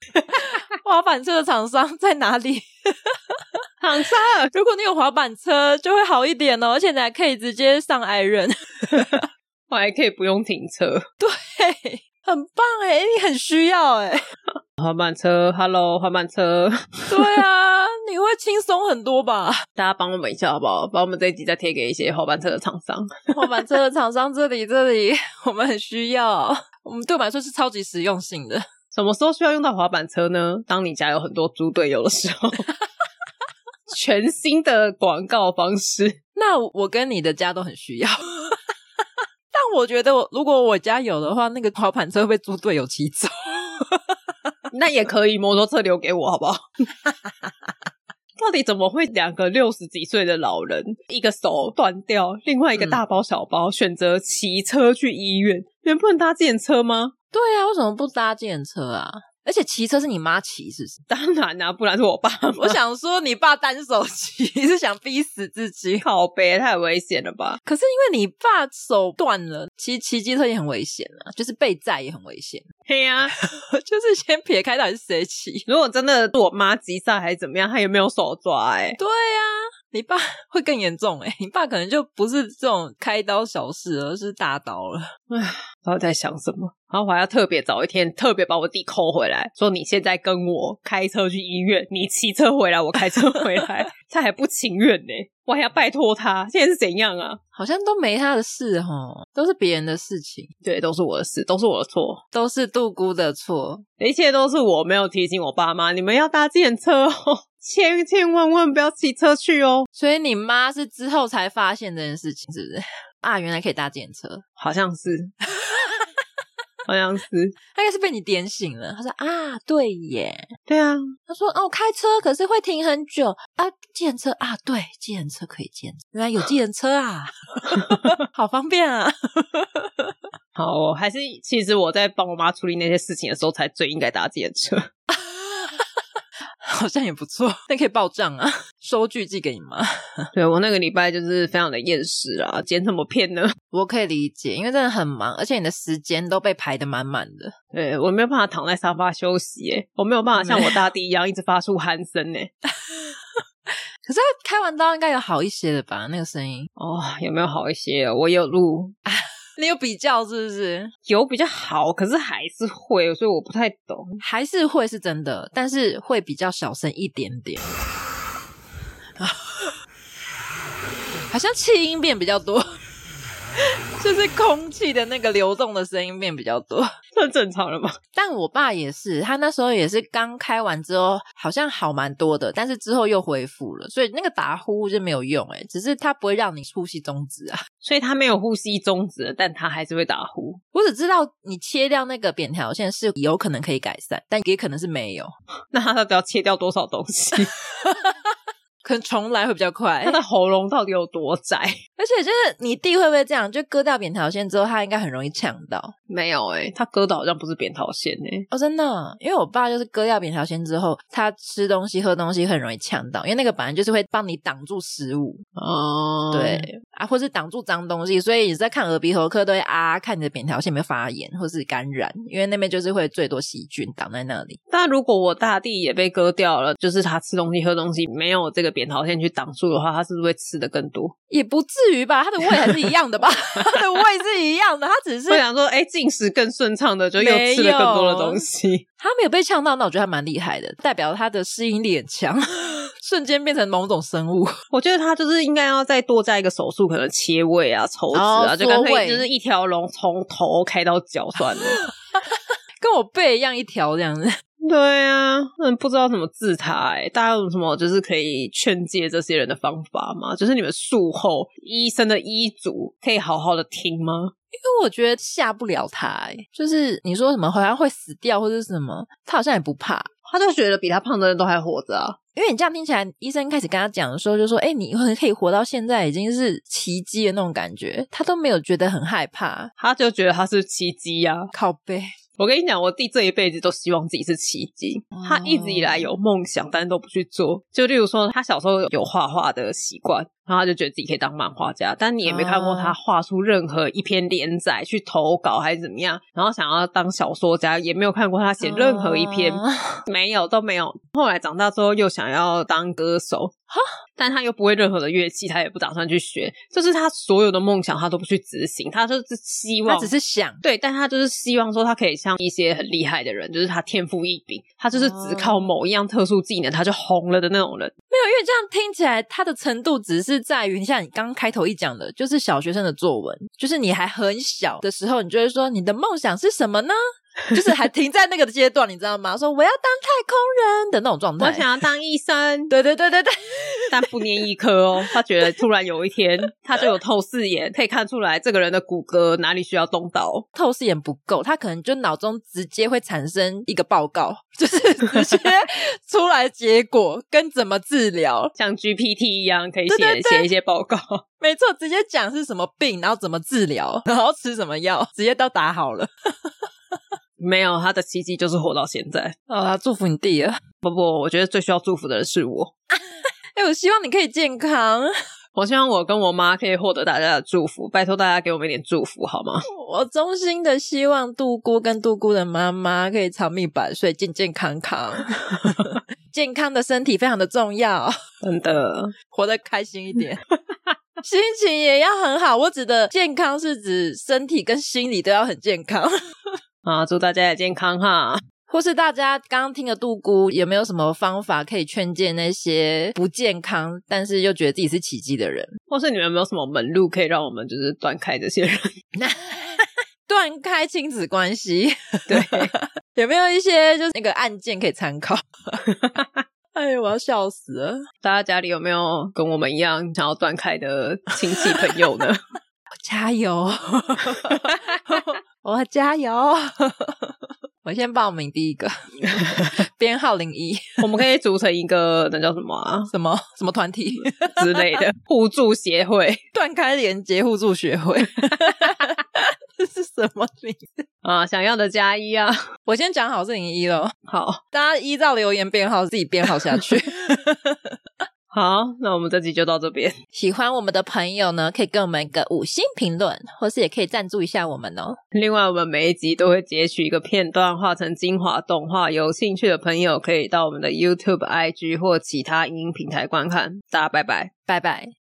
Speaker 2: 滑板车的厂商在哪里？
Speaker 1: 躺上，
Speaker 2: 如果你有滑板车，就会好一点哦，而且你还可以直接上艾润，
Speaker 1: 我还可以不用停车。
Speaker 2: 嘿，很棒哎，你很需要哎。
Speaker 1: 滑板车，Hello，滑板车，
Speaker 2: 对啊，你会轻松很多吧？
Speaker 1: 大家帮我们一下好不好？把我们这一集再贴给一些滑板车的厂商。
Speaker 2: 滑板车的厂商这里这里， 我们很需要，我们对我们来说是超级实用性的。
Speaker 1: 什么时候需要用到滑板车呢？当你家有很多猪队友的时候， 全新的广告方式。
Speaker 2: 那我跟你的家都很需要。 但我觉得我，如果我家有的话，那个滑板车会被猪队友骑走。
Speaker 1: 那也可以，摩托车留给我好不 好？到底怎么会两个六十几岁的老人，一个手断掉，另外一个
Speaker 2: 嗯
Speaker 1: 大包小包，选择骑车去医院？原本搭自行车吗？
Speaker 2: 对啊，为什么不搭电车啊？而且骑车是你妈骑，是不是？
Speaker 1: 当然啦、不然是我爸妈。
Speaker 2: 我想说，你爸单手骑是想逼死自己，
Speaker 1: 靠背太危险了吧？
Speaker 2: 可是因为你爸手断了，骑骑机车也很危险啊，就是被载也很危险。
Speaker 1: 嘿呀、
Speaker 2: 就是先撇开到底是谁骑。
Speaker 1: 如果真的是我妈急刹还是怎么样，她也没有手抓哎、
Speaker 2: 对呀、你爸会更严重哎、你爸可能就不是这种开刀小事了，而是大刀了。
Speaker 1: 到底在想什么？然后我还要特别早一天，特别把我弟扣回来，说你现在跟我开车去医院，你骑车回来，我开车回来，他还不情愿呢、我还要拜托他，现在是怎样啊？
Speaker 2: 好像都没他的事哦，都是别人的事情，
Speaker 1: 对，都是我的事，都是我的错，
Speaker 2: 都是杜姑的错。
Speaker 1: 一切都是我没有提醒我爸妈，你们要搭电车哦， 千千万万不要骑车去哦。
Speaker 2: 所以你妈是之后才发现这件事情，是不是？啊，原来可以搭电车，
Speaker 1: 好像是，好像是，
Speaker 2: 她应该是被你点醒了。她说啊，对耶。
Speaker 1: 对啊，
Speaker 2: 她说哦，开车可是会停很久啊，计程车啊，对，计程车可以计程车，原来有计程车啊，好方便啊。
Speaker 1: 好、哦，还是其实我在帮我妈处理那些事情的时候，才最应该搭自行车。
Speaker 2: 好像也不错，那可以报账啊， 收据寄给你妈。
Speaker 1: 对我那个礼拜就是非常的厌世啊，剪什么片呢？
Speaker 2: 我可以理解，因为真的很忙，而且你的时间都被排得满满的。
Speaker 1: 对我没有办法躺在沙发休息、耶，我没有办法像我大弟一样一直发出鼾声呢。
Speaker 2: 可是他开完刀应该有好一些了吧？那个声音，
Speaker 1: 哦，有没有好一些？哦我有录，
Speaker 2: 你有比较是不是？
Speaker 1: 有比较好，可是还是会，所以我不太懂。
Speaker 2: 还是会是真的，但是会比较小声一点点。 好像气音变比较多， 就是空气的那个流动的声音变比较多。
Speaker 1: 这正常了吗？
Speaker 2: 但我爸也是，他那时候也是刚开完之后，好像好蛮多的，但是之后又恢复了，所以那个打呼是没有用、欸，诶只是它不会让你呼吸终止啊。
Speaker 1: 所以他没有呼吸终止了，但他还是会打呼。
Speaker 2: 我只知道你切掉那个扁条线是有可能可以改善，但也可能是没有，
Speaker 1: 那他到底要切掉多少东西？
Speaker 2: 可能重来会比较快
Speaker 1: 他。的喉咙到底有多窄？
Speaker 2: 而且就是你弟会不会这样？就割掉扁条线之后，他应该很容易呛到
Speaker 1: 没有诶、他割的好像不是扁桃腺诶、
Speaker 2: 哦，真的。因为我爸就是割掉扁条线之后，他吃东西喝东西很容易呛到，因为那个本来就是会帮你挡住食物，
Speaker 1: 哦
Speaker 2: 对、啊，或是挡住脏东西，所以你在看耳鼻喉科都会啊，看你的扁条线有没有发炎或是感染，因为那边就是会最多细菌挡在那里。
Speaker 1: 但如果我大弟也被割掉了，就是他吃东西喝东西没有这个扁桃腺去挡住的话，他是不是会吃的更多？
Speaker 2: 也不至于吧，他的胃还是一样的吧，他的胃是一样的，他只是
Speaker 1: 会想说，哎、进食更顺畅的，就又吃了更多的东西。
Speaker 2: 他没有被呛到，那我觉得他蛮厉害的，代表他的适应力很强， 瞬间变成某种生物。
Speaker 1: 我觉得他就是应该要再多加一个手术，可能切胃啊、抽脂啊，
Speaker 2: 哦
Speaker 1: 就干
Speaker 2: 缩
Speaker 1: 脆
Speaker 2: 胃
Speaker 1: 就是一条龙从头开到脚算 了。
Speaker 2: 跟我背一样一条这样子。
Speaker 1: 对啊，嗯，不知道怎么治他哎、大家有什么就是可以劝诫这些人的方法吗？就是你们术后医生的医嘱可以好好的听吗？
Speaker 2: 因为我觉得下不了他、欸，就是你说什么好像会死掉或者是什么，他好像也不怕。
Speaker 1: 他就觉得比他胖的人都还活着啊。
Speaker 2: 因为你这样听起来，医生开始跟他讲的时候就说：“哎、你可以活到现在已经是奇迹的那种感觉。”他都没有觉得很害怕，
Speaker 1: 他就觉得他是奇迹呀、
Speaker 2: 靠背。
Speaker 1: 我跟你讲，我弟这一辈子都希望自己是奇迹。他一直以来有梦想，但是都不去做。就例如说，他小时候有画画的习惯，然后他就觉得自己可以当漫画家，但你也没看过他画出任何一篇连载去投稿还是怎么样，然后想要当小说家，也没有看过他写任何一篇，
Speaker 2: 啊
Speaker 1: 没有都没有。后来长大之后又想要当歌手，但他又不会任何的乐器，他也不打算去学，就是他所有的梦想他都不去执行，他就是希望
Speaker 2: 他只是想，
Speaker 1: 对，但他就是希望说他可以像一些很厉害的人，就是他天赋异禀，他就是只
Speaker 2: 哦
Speaker 1: 靠某一样特殊技能他就红了的那种人。
Speaker 2: 没有，因为这样听起来，它的程度只是在于，像你刚开头一讲的，就是小学生的作文，就是你还很小的时候，你就会说你的梦想是什么呢？ 就是还停在那个阶段，你知道吗？说我要当太空人的那种状态。
Speaker 1: 我想要当医生，
Speaker 2: 对对对对对，
Speaker 1: 但不念医科哦。他觉得突然有一天，他就有透视眼，可以看出来这个人的骨骼哪里需要动刀。
Speaker 2: 透视眼不够，他可能就脑中直接会产生一个报告， 就是直接出来结果跟怎么治疗。
Speaker 1: 像 GPT 一样，可以写
Speaker 2: 对对对
Speaker 1: 写一些报告，
Speaker 2: 没错，直接讲 是什么病，然后怎么治疗，然后吃什么药，直接都打好了。
Speaker 1: 没有，他的奇迹就是活到现在。
Speaker 2: 啊，祝福你弟啊！
Speaker 1: 不不，我觉得最需要祝福的人是我。
Speaker 2: 哎、我希望你可以健康，
Speaker 1: 我希望我跟我妈可以获得大家的祝福，拜托大家给我们一点祝福好吗？
Speaker 2: 我衷心的希望杜姑跟杜姑的妈妈可以长命百岁，健健康康。 健康的身体非常的重要，
Speaker 1: 真的，
Speaker 2: 活得开心一 点，心情也要很好。我指的健康是指身体跟心理都要很健康。
Speaker 1: 啊，祝大家也健康哈！
Speaker 2: 或是大家刚刚听了杜姑，有没有什么方法可以劝诫那些不健康但是又觉得自己是奇迹的人？
Speaker 1: 或是你们有没有什么门路可以让我们就是断开这些人？
Speaker 2: 断开亲子关系，
Speaker 1: 对，
Speaker 2: 有没有一些就是那个案件可以参考？ 哎呦，我要笑死了！
Speaker 1: 大家家里有没有跟我们一样想要断开的亲戚朋友呢？
Speaker 2: 加 油，我加油！ 我先报名第一 个，编号零一，
Speaker 1: 我们可以组成一个那叫什么啊
Speaker 2: 什么 什么团体？
Speaker 1: 之类的互助协会
Speaker 2: 断开连接互助学会，这是什么名字？
Speaker 1: 啊，想要的加一啊，
Speaker 2: 我先讲好是零一喽，
Speaker 1: 好
Speaker 2: 大家依照留言编号自己编号下去。
Speaker 1: 好，那我们这集就到这边，
Speaker 2: 喜欢我们的朋友呢，可以给我们一个五星评论，或是也可以赞助一下我们哦。
Speaker 1: 另外，我们每一集都会截取一个片段，画成精华动画。有兴趣的朋友可以到我们的 YouTube、IG 或其他影音平台观看。大家拜拜。
Speaker 2: 拜拜。